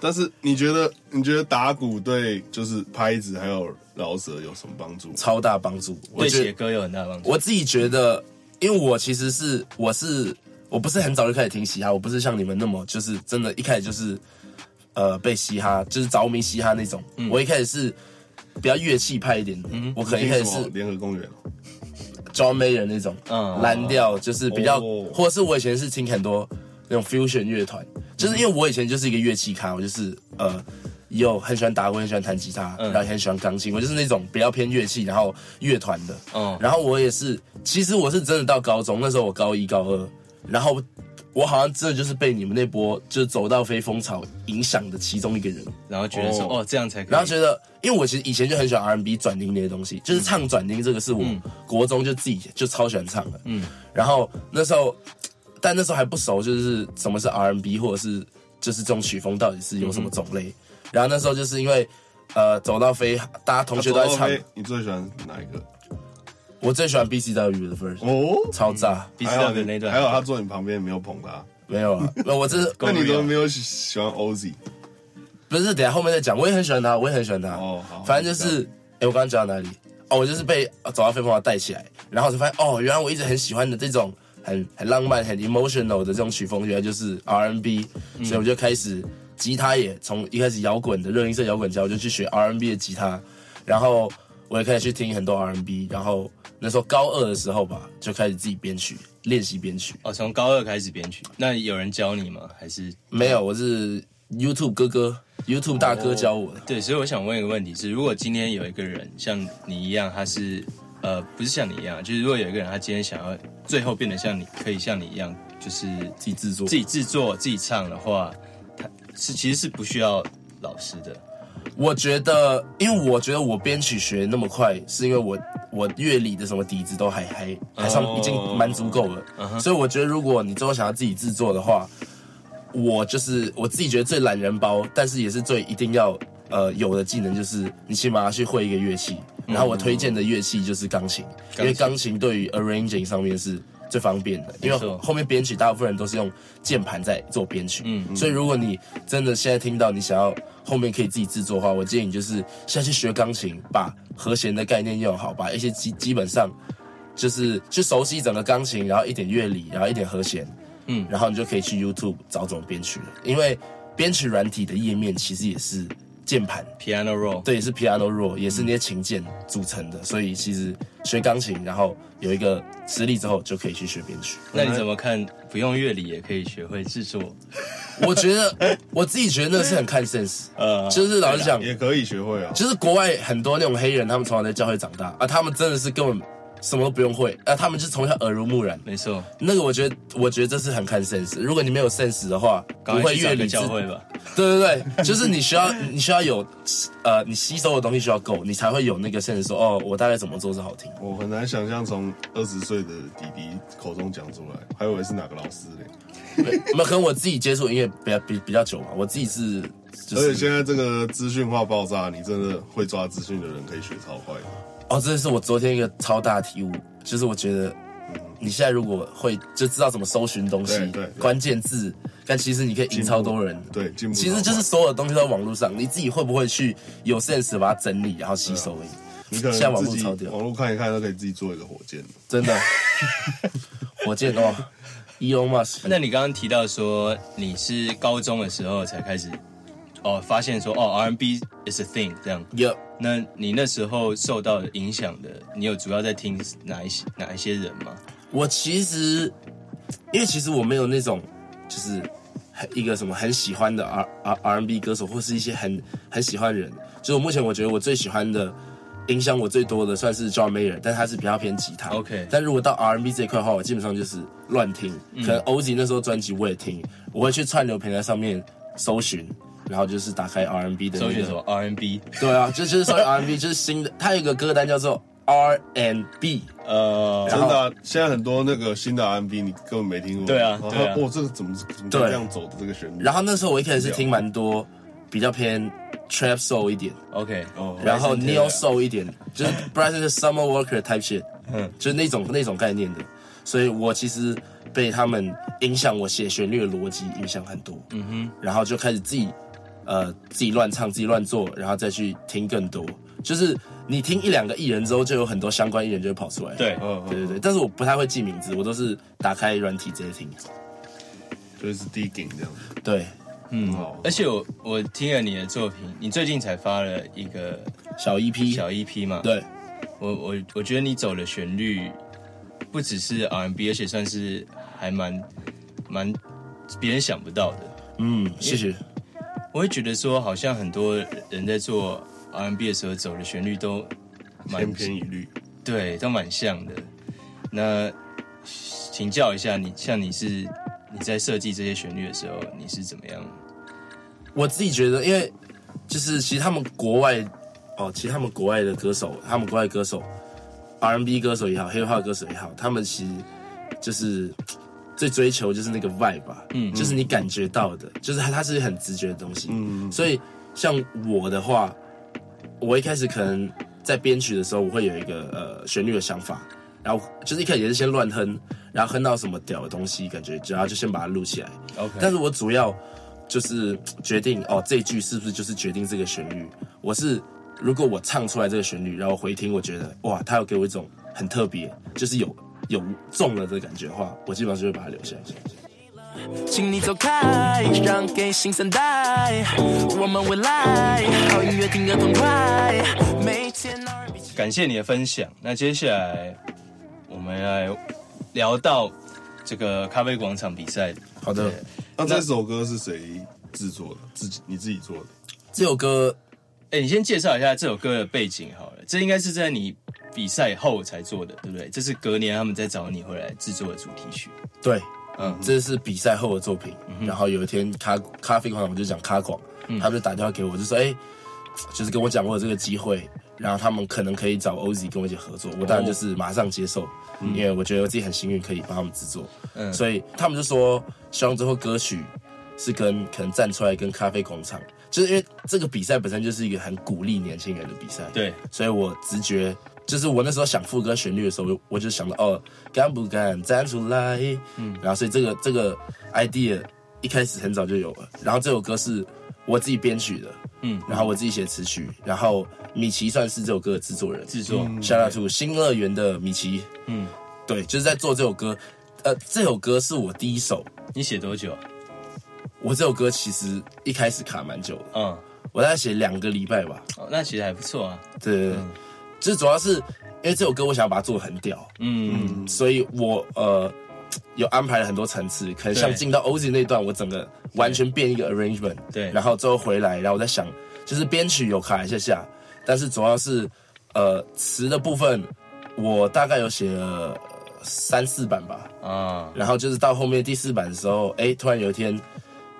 Speaker 3: 但是你觉得你觉得打鼓对就是拍子还有饶舌有什么帮助？
Speaker 4: 超大帮助。我
Speaker 2: 对
Speaker 4: 觉
Speaker 2: 写
Speaker 4: 得
Speaker 2: 歌有很大帮助，
Speaker 4: 我自己觉得，因为我其实是我是我不是很早就开始听嘻哈，我不是像你们那么就是真的，一开始就是呃被嘻哈就是着迷嘻哈那种。
Speaker 2: 嗯
Speaker 4: 我一开始是比较乐器派一点的，我可能一
Speaker 3: 听
Speaker 4: 开始
Speaker 3: 什么
Speaker 4: 是
Speaker 3: 联合公园
Speaker 4: John Mayer 那种，
Speaker 2: 嗯
Speaker 4: 蓝调就是比较，
Speaker 3: 哦
Speaker 4: 或者是我以前是听很多那种 fusion 乐团，就是因为我以前就是一个乐器咖，我就是呃。有很喜欢打鼓，很喜欢弹吉他，然后也很喜欢钢琴。我就是那种比较偏乐器，然后乐团的。
Speaker 2: 哦
Speaker 4: 然后我也是，其实我是真的到高中那时候，我高一高二，然后我好像真的就是被你们那波就是走到非风潮影响的其中一个人。
Speaker 2: 然后觉得说，
Speaker 3: 哦
Speaker 2: 哦，这样才可以，
Speaker 4: 然后觉得，因为我其实以前就很喜欢 R&B 转音那些东西，就是唱转音这个是我国中就自己就超喜欢唱的。嗯，然后那时候，但那时候还不熟，就是什么是 R&B 或者是就是这种曲风到底是有什么种类。然后那时候就是因为呃走到飞，大家同学都在唱，
Speaker 3: 哎你最喜欢哪一个？
Speaker 4: 我最喜欢 BCW 的 version，、
Speaker 3: 哦，
Speaker 4: 超炸，
Speaker 2: 彼
Speaker 3: 还
Speaker 2: 此
Speaker 3: 好
Speaker 2: 两
Speaker 3: 你
Speaker 2: 的那段，
Speaker 3: 还好
Speaker 4: 啊
Speaker 3: 他坐你旁边没有捧他。
Speaker 4: 没有啊，那我真是
Speaker 3: 那你怎么没有喜喜欢 OZ？
Speaker 4: 不是，等一下后面再讲。我也很喜欢他，我也很喜欢他。
Speaker 3: 哦好
Speaker 4: 反正就是，哎、我刚刚讲到哪里？哦，我就是被呃走到飞风华带起来，然后我才发现，哦，原来我一直很喜欢的这种很很浪漫、很 emotional 的这种曲风，原来就是 R&B，、所以我
Speaker 3: 嗯
Speaker 4: 就开始吉他也从一开始摇滚的热音社摇滚家，我就去学 R&B 的吉他，然后我也开始去听很多 R&B，然后那时候高二的时候吧，就开始自己编曲，练习编曲。
Speaker 2: 哦，从高二开始编曲，那有人教你吗？还是
Speaker 4: 没
Speaker 3: 嗯
Speaker 4: 有，我是 YouTube 哥哥，YouTube 大
Speaker 3: 哦
Speaker 4: 哥教我的。
Speaker 2: 对，所以我想问一个问题是：如果今天有一个人像你一样，他是呃，不是像你一样，就是如果有一个人他今天想要最后变得像你，可以像你一样，就是
Speaker 4: 自己制作，
Speaker 2: 自己制作、自己唱的话，他是其实是不需要老师的。
Speaker 4: 我觉得，因为我觉得我编曲学那么快，是因为我我乐理的什么底子都还还还算已经蛮足够了。所以我觉得，如果你最后想要自己制作的话，我就是我自己觉得最懒人包，但是也是最一定要呃有的技能，就是你起码要去会一个乐器。然后我推荐的乐器就是嗯钢琴，因为钢琴对于 arranging 上面是最方便的，因为
Speaker 2: 没错
Speaker 4: 后面编曲大部分人都是用键盘在做编曲，
Speaker 2: 嗯
Speaker 4: 所以如果你真的现在听到你想要后面可以自己制作的话，我建议你就是先去学钢琴，把和弦的概念用好，把一些基基本上就是去熟悉整个钢琴，然后一点乐理，啊然后一点和弦，嗯，然后你就可以去 YouTube 找怎么编曲了，因为编曲软体的页面其实也是键盘，
Speaker 2: Piano roll，
Speaker 4: 对，也是 piano roll，也是那些琴键组成的，所以其实学钢琴，然后有一个实力之后，就可以去学编曲。
Speaker 2: 那你怎么看？不用乐理也可以学会制作，
Speaker 4: 我觉得我自己觉得那是很看 sense，
Speaker 2: [LAUGHS] 呃
Speaker 4: 就是老实讲，
Speaker 3: 也可以学会啊。
Speaker 4: 就是国外很多那种黑人，他们从小在教会长大啊，他们真的是根本什么都不用会，啊，他们就是从小耳濡目染。
Speaker 2: 没错。
Speaker 4: 那个我觉得，我觉得这是很看 sense。如果你没有 sense 的话，不
Speaker 2: 赶快
Speaker 4: 会
Speaker 2: 去
Speaker 4: 乐
Speaker 2: 找个
Speaker 4: 理嗯
Speaker 2: 教
Speaker 4: 知
Speaker 2: 会吧，
Speaker 4: 对对对，就是你需要你需要有呃，你吸收的东西需要够，你才会有那个 sense 说哦，我大概怎么做是好听。
Speaker 3: 我很难想象从二十岁的弟弟口中讲出来，还以为是哪个老师嘞。
Speaker 4: 那可能我自己接触音乐比较比比较久嘛，我自己是就
Speaker 3: 而且
Speaker 4: 是
Speaker 3: 现在这个资讯化爆炸，你真的会抓资讯的人可以学超快的。
Speaker 4: 哦，这是我昨天一个超大的体悟，就是我觉得你现在如果会就知道怎么搜寻东西
Speaker 3: 对对对，
Speaker 4: 关键字，但其实你可以赢超多人。
Speaker 3: 对进步
Speaker 4: 其实就是所有东西都在网络上，你自己会不会去有 sense 把它整理，然后
Speaker 3: 啊
Speaker 4: 吸收而已。
Speaker 3: 你可
Speaker 4: 现在网
Speaker 3: 能
Speaker 4: 络
Speaker 3: 自己
Speaker 4: 超屌
Speaker 3: 网络看一看，都可以自己做一个火箭。
Speaker 4: 真
Speaker 3: [LAUGHS]
Speaker 4: 的，火箭哦，Elon Musk，
Speaker 2: 那你刚刚提到说你是高中的时候才开始哦，发现说哦，R&B is a thing 这样。
Speaker 4: 有
Speaker 2: 那你那时候受到的影响的，你有主要在听哪一些哪一些人吗？
Speaker 4: 我其实，因为其实我没有那种就是很一个什么很喜欢的 R R R N B 歌手，或是一些很很喜欢的人。就是我目前我觉得我最喜欢的、影响我最多的算是 John Mayer，但他是比较偏吉他。
Speaker 2: OK
Speaker 4: 但如果到 R N B 这一块的话，我基本上就是乱听，可能 Oz 那时候专辑我也听，我会去串流平台上面搜寻，然后就是打开 R N B 的、那
Speaker 2: 搜
Speaker 4: 个、
Speaker 2: 寻什么 R&B？
Speaker 4: 对啊，就就是说 R&B 就是新的，它有一个歌单叫做 R&B，
Speaker 2: 呃，
Speaker 3: 真的、啊，现在很多那个新的 RMB 你根本没听过。
Speaker 2: 对啊
Speaker 3: 然后
Speaker 2: 对啊
Speaker 3: 哦，这个怎么怎么
Speaker 4: 对
Speaker 3: 这样走的这个旋律？
Speaker 4: 然后那时候我一开始是听蛮多比较偏 trap soul 一点，
Speaker 2: OK，
Speaker 3: 哦，
Speaker 4: 然后
Speaker 2: Taylor
Speaker 4: neo soul 一点，就是 [LAUGHS] Bryson 是 Summer Walker type shit，嗯，就是那种那种概念的，所以我其实被他们影响，我写旋律的逻辑影响很多，嗯哼，然后就开始自己呃自己乱唱自己乱做，然后再去听更多，就是你听一两个艺人之后，就有很多相关艺人就会跑出来，
Speaker 2: 对，
Speaker 3: 嗯
Speaker 4: 对
Speaker 3: 嗯，
Speaker 4: 对对，但是我不太会记名字，我都是打开软体直接听。
Speaker 3: 就是 digging 这样子。
Speaker 4: 对，
Speaker 2: 嗯
Speaker 3: 好，哎
Speaker 2: 而且我我听了你的作品，你最近才发了一个
Speaker 4: 小 EP，
Speaker 2: 小 EP 嘛？，
Speaker 4: 对，
Speaker 2: 我我我觉得你走的旋律不只是 R&B，而且算是还蛮蛮别人想不到的。
Speaker 4: 嗯，谢谢。
Speaker 2: 我会觉得说，好像很多人在做 R&B 的时候走的旋律都蛮
Speaker 3: 千篇一律。
Speaker 2: 对，都蛮像的。那请教一下你，像你是你在设计这些旋律的时候，你是怎么样？
Speaker 4: 我自己觉得，因为就是其实他们国外哦，其实他们国外的歌手，他们国外歌手，R&B 歌手也好，黑化歌手也好，他们其实就是最追求就是那个 vibe 吧，嗯，就是你感觉到的，就是它它是很直觉的东西，嗯，所以像我的话，我一开始可能在编曲的时候，我会有一个呃旋律的想法，然后就是一开始也是先乱哼，然后哼到什么屌的东西，感觉然后就先把它录起来。
Speaker 2: OK
Speaker 4: 但是我主要就是决定哦，这一句是不是就是决定这个旋律？我是如果我唱出来这个旋律，然后回听，我觉得哇，它有给我一种很特别，就是有有中了的感觉的话，我基本上就会把它留下来。
Speaker 5: 请你走开，让给新生代。我们未来，好音乐听得痛快。每天耳边
Speaker 2: 感谢你的分享。那接下来我们来聊到这个咖啡广场比赛。
Speaker 4: 好的，
Speaker 3: 那这首歌是谁制作的？自己你自己做的？
Speaker 4: 这首歌
Speaker 2: 哎，你先介绍一下这首歌的背景好了。这应该是在你比赛后才做的，对不对？这是隔年他们再找你回来制作的主题曲。
Speaker 4: 对，
Speaker 2: 嗯
Speaker 4: 这是比赛后的作品。然后有一天咖咖啡馆，我就讲咖广，
Speaker 2: 嗯
Speaker 4: 他们就打电话给我，就说：“哎、就是跟我讲我有这个机会，然后他们可能可以找 OZ 跟我一起合作。”我当然
Speaker 2: 哦
Speaker 4: 就是马上接受，因为我觉得我自己很幸运可以帮他们制作。
Speaker 2: 嗯
Speaker 4: 所以他们就说希望最后歌曲是跟可能站出来跟咖啡广场，就是因为这个比赛本身就是一个很鼓励年轻人的比赛。
Speaker 2: 对，
Speaker 4: 所以我直觉就是我那时候想副歌旋律的时候，我我就想到哦，敢不敢站出来？嗯，然后所以这个这个 idea 一开始很早就有了，然后这首歌是我自己编曲的，
Speaker 2: 嗯，
Speaker 4: 然后我自己写词曲，然后米奇算是这首歌的制作人，嗯
Speaker 2: 制作。
Speaker 4: shout out to 新乐园的米奇，
Speaker 2: 嗯，
Speaker 4: 对，就是在做这首歌，呃，这首歌是我第一首，
Speaker 2: 你写多久啊？
Speaker 4: 我这首歌其实一开始卡蛮久的，
Speaker 2: 嗯，
Speaker 4: 我大概写两个礼拜吧，
Speaker 2: 哦那其实还不错啊。
Speaker 4: 对对对，就是主要是因为这首歌我想要把它做得很屌，
Speaker 2: 嗯，
Speaker 4: 所以我呃有安排了很多层次，可能像
Speaker 2: 对
Speaker 4: 进到 OZ 那段，我整个完全变一个 arrangement，
Speaker 2: 对
Speaker 4: 然后之后回来，然后我在想，就是编曲有卡一下下，但是主要是呃词的部分，我大概有写了三四版吧，
Speaker 2: 啊，
Speaker 4: 然后就是到后面第四版的时候，哎，突然有一天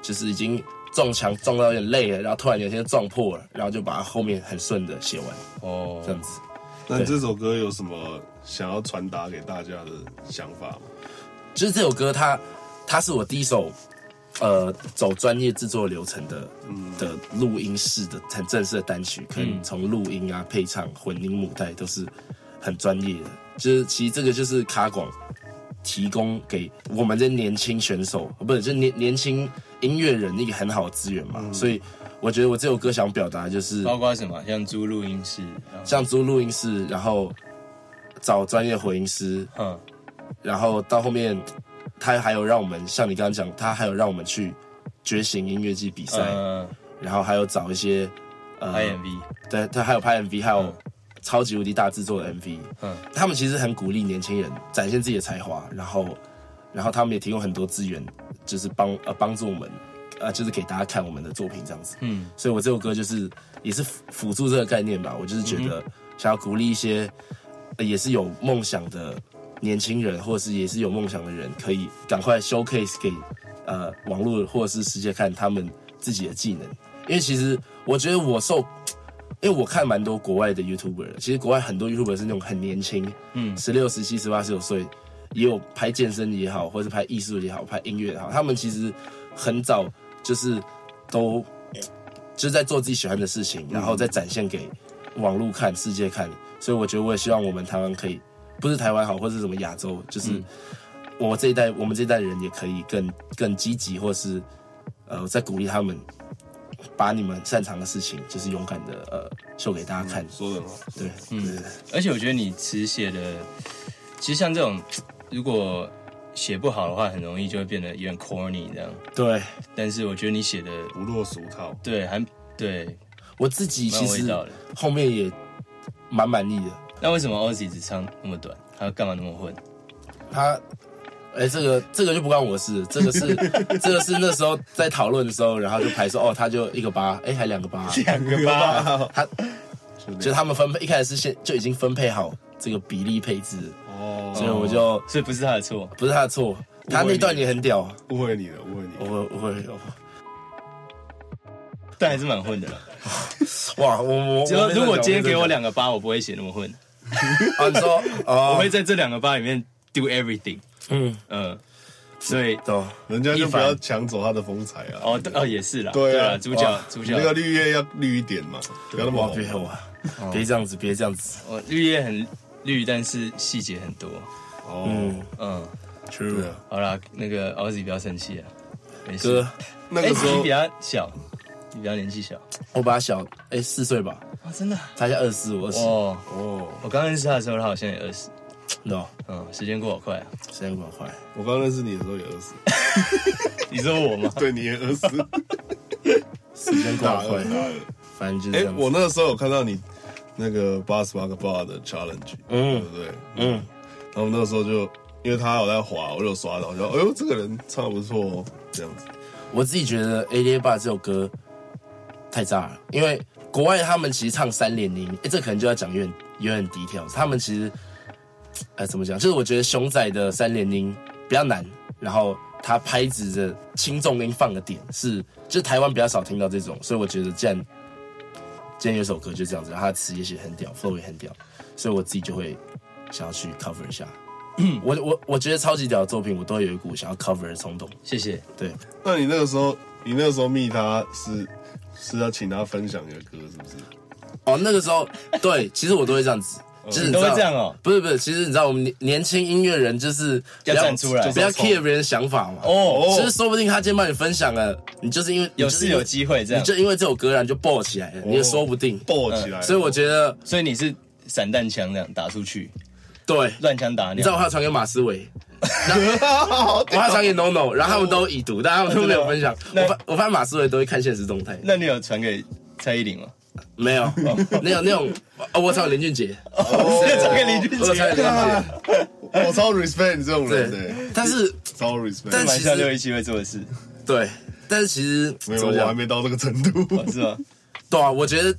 Speaker 4: 就是已经撞墙撞到有点累了，然后突然有一天撞破了，然后就把它后面很顺的写完，
Speaker 2: 哦
Speaker 4: 这，样子。
Speaker 3: 那
Speaker 4: 对
Speaker 3: 这首歌有什么想要传达给大家的想法吗？
Speaker 4: 就是这首歌它，它是我第一首，呃，走专业制作流程的、的录音室的很正式的单曲，可能从录音啊、配唱、混音、母带都是很专业的。就是其实这个就是卡广提供给我们这些年轻选手，呃不是就年年轻音乐人一个很好的资源嘛。所以我觉得我这首歌想表达就是，
Speaker 2: 包括什么像租录音嗯室，
Speaker 4: 像租录音室，然后找专业混音师，
Speaker 2: 嗯
Speaker 4: 然后到后面，他还有让我们像你刚刚讲，他还有让我们去觉醒音乐季比赛，
Speaker 2: 呃
Speaker 4: 然后还有找一些呃
Speaker 2: 拍 MV，
Speaker 4: 对，他还有拍 MV，还有
Speaker 2: 嗯
Speaker 4: 超级无敌大制作的 MV，
Speaker 2: 嗯
Speaker 4: 他们其实很鼓励年轻人展现自己的才华，然后然后他们也提供很多资源，就是帮呃帮助我们。呃，就是给大家看我们的作品这样子，
Speaker 2: 嗯，
Speaker 4: 所以我这首歌就是也是辅辅助这个概念吧，我就是觉
Speaker 2: 嗯
Speaker 4: 得想要鼓励一些、呃也是有梦想的年轻人，或者是也是有梦想的人，可以赶快 showcase 给呃网络或者是世界看他们自己的技能，因为其实我觉得我受，因为我看蛮多国外的 YouTuber，的其实国外很多 YouTuber 是那种很年轻，嗯，十六、十七、十八、十九岁，也有拍健身也好，或是拍艺术也好，拍音乐也好，他们其实很早就是都就是在做自己喜欢的事情，然后
Speaker 2: 嗯
Speaker 4: 再展现给网络看、世界看。所以我觉得我也希望我们台湾可以，不是台湾好，或是什么亚洲，
Speaker 2: 嗯
Speaker 4: 就是我这一代，我们这一代人也可以更更积极，或是呃，在鼓励他们。把你们擅长的事情，就是勇敢的呃，秀给大家看。
Speaker 3: 说的很好。
Speaker 4: 对，嗯，
Speaker 2: 而且我觉得你词写的，其实像这种如果写不好的话，很容易就会变得有点 corny 这样。
Speaker 4: 对
Speaker 2: 但是我觉得你写的
Speaker 3: 不落俗套，
Speaker 2: 对，还对，
Speaker 4: 我自己
Speaker 2: 蛮
Speaker 4: 其
Speaker 2: 有味
Speaker 4: 实
Speaker 2: 道的。
Speaker 4: 后面也蛮满意的。
Speaker 2: 那为什么 Ozzy 只唱那么短？他干嘛那么混？
Speaker 4: 他，哎、这个这个就不关我事，这个是这个是那时候在讨论的时候，然后就排说哦，他就一个八，哎、还两个八，
Speaker 3: 两个吧。
Speaker 4: 他就他们分配一开始是先就已经分配好这个比例配置，
Speaker 3: 哦，
Speaker 4: 所以我就、
Speaker 2: 所以不是他的错。
Speaker 4: 不是他的错，他那段也很屌，
Speaker 3: 误会你了，误会你
Speaker 4: 我
Speaker 3: 了。
Speaker 4: 会我会我
Speaker 2: 但还是蛮混的啦。
Speaker 4: 哇，我我
Speaker 2: 只要
Speaker 4: 我
Speaker 2: 如果今天给我
Speaker 4: 两
Speaker 2: 两个八，我不会写那么混，
Speaker 4: 啊，你说
Speaker 2: [LAUGHS] 我
Speaker 4: 哦
Speaker 2: 会，在这两个八里面 do everything。
Speaker 4: 嗯，
Speaker 2: 嗯，所以
Speaker 4: 懂，
Speaker 3: 人家就不
Speaker 2: 一
Speaker 3: 要
Speaker 2: 凡
Speaker 3: 抢走他的风采啊！
Speaker 2: 哦对哦也是啦，
Speaker 3: 对啊
Speaker 2: 啦，主角
Speaker 4: 哇
Speaker 2: 主
Speaker 3: 你
Speaker 2: 角
Speaker 3: 那个绿叶要绿一点嘛，不要那么
Speaker 4: 哇
Speaker 3: 红。
Speaker 4: 别我。别这样子，别这样子，
Speaker 2: 哦绿叶很绿，但是细节很多。
Speaker 3: 哦，
Speaker 2: 嗯，
Speaker 3: 对啊，
Speaker 2: 好啦，那个 Ozzy 不要生气啊，没事。
Speaker 4: 哥，
Speaker 3: 那
Speaker 2: 哎，
Speaker 3: 个时
Speaker 2: 你
Speaker 3: 候
Speaker 2: 比他小，你比他年纪小
Speaker 4: 我把他小哎四岁吧，
Speaker 2: 啊，真的啊。
Speaker 4: 他才二十四，我二十，
Speaker 2: 哦，
Speaker 3: 哦，
Speaker 2: 我刚认识他的时候，他好像也二十。
Speaker 4: no，
Speaker 2: 嗯，时间过好快啊。
Speaker 4: 时间过得快。
Speaker 3: 我刚认识你的时候也二 [LAUGHS] 十，
Speaker 2: 你说我吗？
Speaker 3: 对，你也二十，
Speaker 4: 时间过
Speaker 3: 大二大
Speaker 4: 得快，
Speaker 3: 二。
Speaker 4: 反正就是这
Speaker 3: 哎，
Speaker 4: 样子。
Speaker 3: 我那个时候有看到你那个八十八个 bar 的 challenge，对
Speaker 4: 嗯
Speaker 3: 不对？
Speaker 4: 嗯，
Speaker 3: 然后我那个时候就因为他有在滑，我就有刷到，我就哎呦，这个人唱的不错哦，这样子。
Speaker 4: 我自己觉得《A D A Bar》这首歌太炸了，因为国外他们其实唱三连音，哎，这可能就要讲有点有点 detail。他们其实，呃，怎么讲？就是我觉得熊仔的三连音比较难，然后他拍子的轻重音放的点是，就是台湾比较少听到这种，所以我觉得既然今天有首歌就这样子，然后他词也写得很屌，flow 也很屌，所以我自己就会想要去 cover 一下。我我我觉得超级屌的作品，我都会有一股想要 cover 的冲动。
Speaker 2: 谢谢。
Speaker 4: 对，
Speaker 3: 那你那个时候，你那个时候密他是是要请他分享你的歌，是不是？
Speaker 4: 哦，那个时候，对，其实我都会这样子，就是你知道
Speaker 2: 你都会这样哦
Speaker 4: 不是不是，其实你知道我们年年轻音乐人就是
Speaker 2: 要
Speaker 4: 不
Speaker 2: 站出来
Speaker 4: 不要
Speaker 3: 就是要
Speaker 4: care 别人想法嘛。
Speaker 2: 哦
Speaker 4: 其实说不定他今天帮你分享了，你就是因为
Speaker 2: 有是有，机会这
Speaker 4: 你
Speaker 2: 样哦
Speaker 4: 就，因为你就因为这首歌然后你就爆起来了，你也说不定。
Speaker 3: 爆起来了。
Speaker 4: 所以我觉得，
Speaker 2: 所以你是散弹枪那样打出去，
Speaker 4: 对，
Speaker 2: 乱枪打
Speaker 4: 你
Speaker 2: 鸟
Speaker 4: 知道。我还有传给马思
Speaker 2: [LAUGHS]
Speaker 4: 唯。然后我还传给 NONO，然后他们都已读，但他们都没
Speaker 2: [LAUGHS]
Speaker 4: 有分享。
Speaker 2: 那
Speaker 4: 我发我发现马思唯都会看现实动态，
Speaker 2: 啊那你有传给蔡依林吗？
Speaker 4: 没
Speaker 2: [LAUGHS]
Speaker 4: 有，没有那种。哦，我传给林俊杰，
Speaker 2: 有传给林俊
Speaker 4: 哦我有传给
Speaker 2: 杰。
Speaker 4: 林俊杰，
Speaker 3: 我超 respect 你这种人的、
Speaker 4: 对。但是
Speaker 3: 超
Speaker 4: 但
Speaker 3: respect。
Speaker 2: 玩笑六一七会做的事，
Speaker 4: 对，但是其实
Speaker 3: 没有，
Speaker 4: 怎
Speaker 3: 我
Speaker 4: 么
Speaker 3: 还
Speaker 4: 讲？
Speaker 3: 没到这个程 [LAUGHS] 度。
Speaker 2: 哦是吗？
Speaker 4: 对啊，我觉得，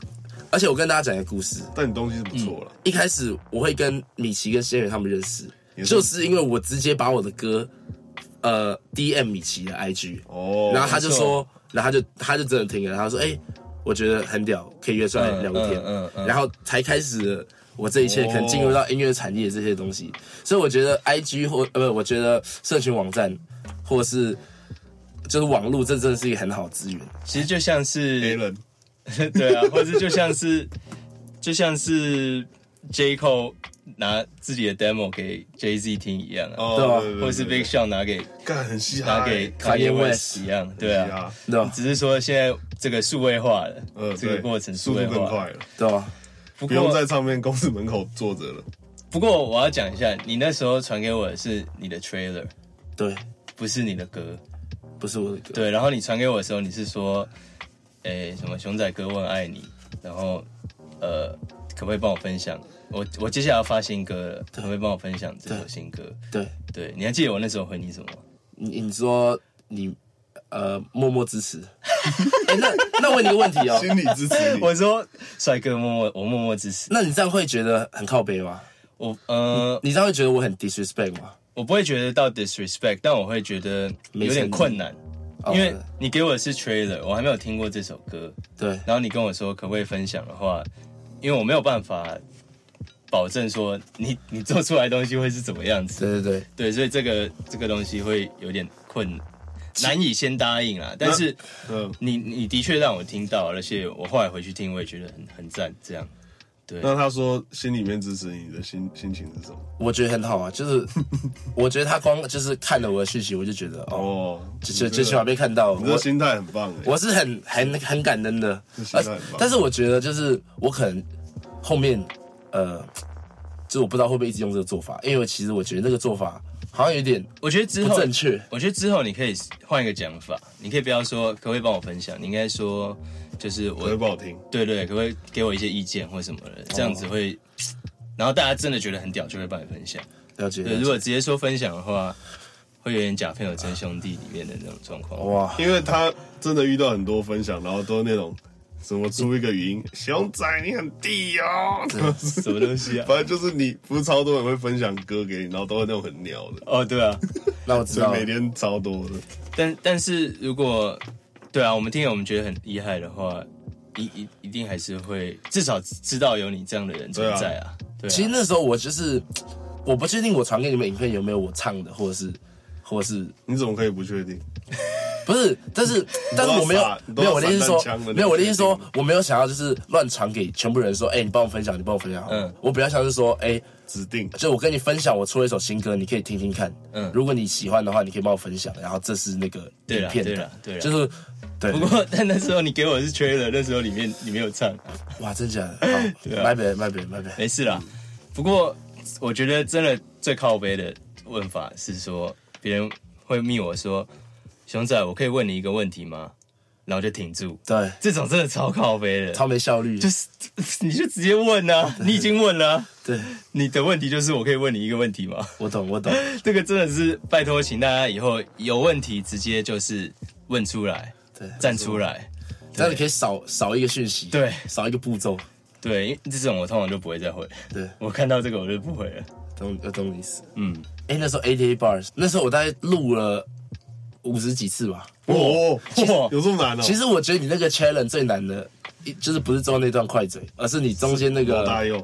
Speaker 4: 而且我跟大家讲一个故事。
Speaker 3: 但你东西是不错了，
Speaker 4: 一开始我会跟米奇跟仙人他们认识，
Speaker 3: 是
Speaker 4: 就是因为我直接把我的歌，呃，DM 米奇的 IG，
Speaker 3: 哦
Speaker 4: 然后他就
Speaker 2: 没错
Speaker 4: 说，然后他就他就真的听了，然后说，哎、我觉得很屌，可以约出来
Speaker 2: 嗯
Speaker 4: 聊个天，
Speaker 2: 嗯嗯嗯
Speaker 4: 然后才开始我这一切可能进入到音乐产业这些东西，所以我觉得 IG 或呃不，我觉得社群网站或是就是网络，这真的是一个很好的资源。
Speaker 2: 其实就像 [LAUGHS]
Speaker 3: 黑
Speaker 2: 是，
Speaker 3: 人
Speaker 2: 对啊，或者就像是，就像是 J Cole 拿自己的 demo 给 Jay Z 听一样啊，
Speaker 3: 哦，
Speaker 4: 对吧
Speaker 3: 对
Speaker 2: 或是 Big Sean 拿给
Speaker 3: 干很嘻哈
Speaker 2: 拿
Speaker 3: 欸，
Speaker 2: 给
Speaker 4: Kanye
Speaker 2: Kanye
Speaker 4: West
Speaker 2: West 一样，对
Speaker 3: 嘻
Speaker 2: 啊
Speaker 3: 哈，
Speaker 4: 对吧？
Speaker 2: 只是说现在这个数位化了，
Speaker 3: 呃，
Speaker 2: 这个
Speaker 3: 对
Speaker 2: 过程
Speaker 3: 速
Speaker 2: 数位
Speaker 3: 度更
Speaker 2: 化
Speaker 3: 快，了，
Speaker 4: 对吧？
Speaker 2: 不
Speaker 3: 不用
Speaker 2: 过
Speaker 3: 在唱片公司门口坐着了。
Speaker 2: 不过我要讲一下，你那时候传给我的是你的 trailer，
Speaker 4: 对，
Speaker 2: 不是你的歌。
Speaker 4: 不是我的歌。
Speaker 2: 对，然后你传给我的时候，你是说，诶、什么熊仔哥问爱你，然后呃，可不可以帮我分享？我我接下来要发新歌了，可不可以帮我分享这首新歌？
Speaker 4: 对，
Speaker 2: 对，你还记得我那时候回你什么吗？
Speaker 4: 你你说你呃默默支持。 [LAUGHS] 哎，那那问你个问题哦，
Speaker 3: 心理支持
Speaker 2: [LAUGHS]
Speaker 3: 你，
Speaker 2: 我说，帅哥默默，我默默支持
Speaker 4: 那你这样会觉得很靠背吗？
Speaker 2: 我。呃，
Speaker 4: 你这样会觉得我很 disrespect 吗？
Speaker 2: 我不会觉得到 disrespect，但我会觉得有点困难，
Speaker 4: 哦
Speaker 2: 因为你给我的是 trailer，我还没有听过这首歌，
Speaker 4: 对
Speaker 2: 然后你跟我说可不可以分享的话，因为我没有办法保证说你你做出来的东西会是怎么样子，
Speaker 4: 对对对，
Speaker 2: 对，所以这个这个东西会有点困难，难以先答应啊。但是
Speaker 3: 嗯，
Speaker 2: 你你的确让我听到，而且我后来回去听，我也觉得很很赞，这样。对，
Speaker 3: 那他说心里面支持你的心心情是什么？
Speaker 4: 我觉得很好啊，就是
Speaker 3: [LAUGHS]
Speaker 4: 我觉得他光就是看了我的讯息，我就觉得哦，
Speaker 3: 哦，
Speaker 4: 就就
Speaker 3: 你
Speaker 4: 最
Speaker 3: 这
Speaker 4: 起码被看到，
Speaker 3: 你的
Speaker 4: 我
Speaker 3: 心态很棒哎，
Speaker 4: 我是很很很感恩的
Speaker 3: 这，心态
Speaker 4: 而
Speaker 3: 很棒
Speaker 4: 但是我觉得就是我可能后面呃，就是我不知道会不会一直用这个做法，因为其实我觉得那个做法好像有点
Speaker 2: 我觉得之
Speaker 4: 不
Speaker 2: 后
Speaker 4: 正确，
Speaker 2: 我觉得之后你可以换一个讲法，你可以不要说可不可以帮我分享，你应该说就是
Speaker 3: 我会
Speaker 2: 我
Speaker 3: 不好听。
Speaker 2: 对对，可不可以给我一些意见或什么的，这样子会，然后大家真的觉得很屌就会帮你分享。
Speaker 4: 了解
Speaker 2: 对，
Speaker 4: 了
Speaker 2: 如
Speaker 4: 解。
Speaker 2: 果直接说分享的话，会有点假朋友真兄弟里面的那种状况。 [LAUGHS]
Speaker 4: 哇，
Speaker 3: 因为他真的遇到很多分享，然后都是那种什么出一个语音，熊仔你很地哦，
Speaker 2: 什么东西啊？
Speaker 3: 反正就是你不是超多人会分享歌给你，然后都是那种很鸟的，
Speaker 2: [LAUGHS] 哦，对啊，
Speaker 4: 那我知
Speaker 3: 所
Speaker 4: 道
Speaker 3: 以每
Speaker 4: 了，
Speaker 3: 天超多的。
Speaker 2: 但但是如果对啊，我们听了我们觉得很厉害的话，一一一定还是会至少知道有你这样的人存在啊。对啊，
Speaker 4: 其实那时候我就是我不确定我传给你们影片有没有我唱的，或者是或者是
Speaker 3: 你怎么可以不确定？
Speaker 4: 不是，但是但是我没有
Speaker 3: 你
Speaker 4: 没
Speaker 3: 都要
Speaker 4: 有，我的意思是说
Speaker 3: 散弹枪了
Speaker 4: 没有，我的意思
Speaker 3: 你
Speaker 4: 是
Speaker 3: 确定
Speaker 4: 说我没有想要就是乱传给全部人说，哎、你帮我分享，你帮我分享好了。
Speaker 2: 嗯
Speaker 4: 我比较想是说，哎、
Speaker 3: 指定
Speaker 4: 就我跟你分享，我出了一首新歌，你可以听听看。
Speaker 2: 嗯
Speaker 4: 如果你喜欢的话，你可以帮我分享。然后这是那个
Speaker 2: 对
Speaker 4: 影
Speaker 2: 啦
Speaker 4: 片
Speaker 2: 对
Speaker 4: 的
Speaker 2: 啦，对啦啊
Speaker 4: 就是对
Speaker 2: 不。过， [LAUGHS] 但那时候你给我的是 trailer，那时候里面你没有唱，
Speaker 4: 哇，真假的？好，
Speaker 2: 啊
Speaker 4: 卖北卖北卖北，
Speaker 2: 没事啦。不过，我觉得真的最靠背的问法是说，别人会密我说：“熊仔，我可以问你一个问题吗？”然后就停住，
Speaker 4: 对，
Speaker 2: 这种真的超靠背的，
Speaker 4: 超没效
Speaker 2: [LAUGHS]
Speaker 4: 率。
Speaker 2: 就是你就直接问啊，你已经问了啊、
Speaker 4: 对，
Speaker 2: 你的问题就是我可以问你一个问题吗？ [LAUGHS]
Speaker 4: 我懂我懂。
Speaker 2: 这个真的是拜托，请大家以后有问题直接就是问出来，
Speaker 4: 对
Speaker 2: 站出来。
Speaker 4: 这样你可以少少一个讯息，
Speaker 2: 对
Speaker 4: 少一个步骤，
Speaker 2: 对，因为这种我通常就不会再回， [LAUGHS]
Speaker 4: 对，
Speaker 2: 我看到这个我就不回了。
Speaker 4: 懂我懂你意思。
Speaker 2: 嗯，
Speaker 4: 哎、那时候 ATA bars，那时候我大概录了五十几次吧。
Speaker 3: 哦，
Speaker 2: 哇
Speaker 3: 有这么难哦？
Speaker 4: 其实我觉得你那个 challenge 最难的，一就是不是最后那段快嘴，而是你中间那
Speaker 3: 老
Speaker 4: 个，
Speaker 3: 大佑，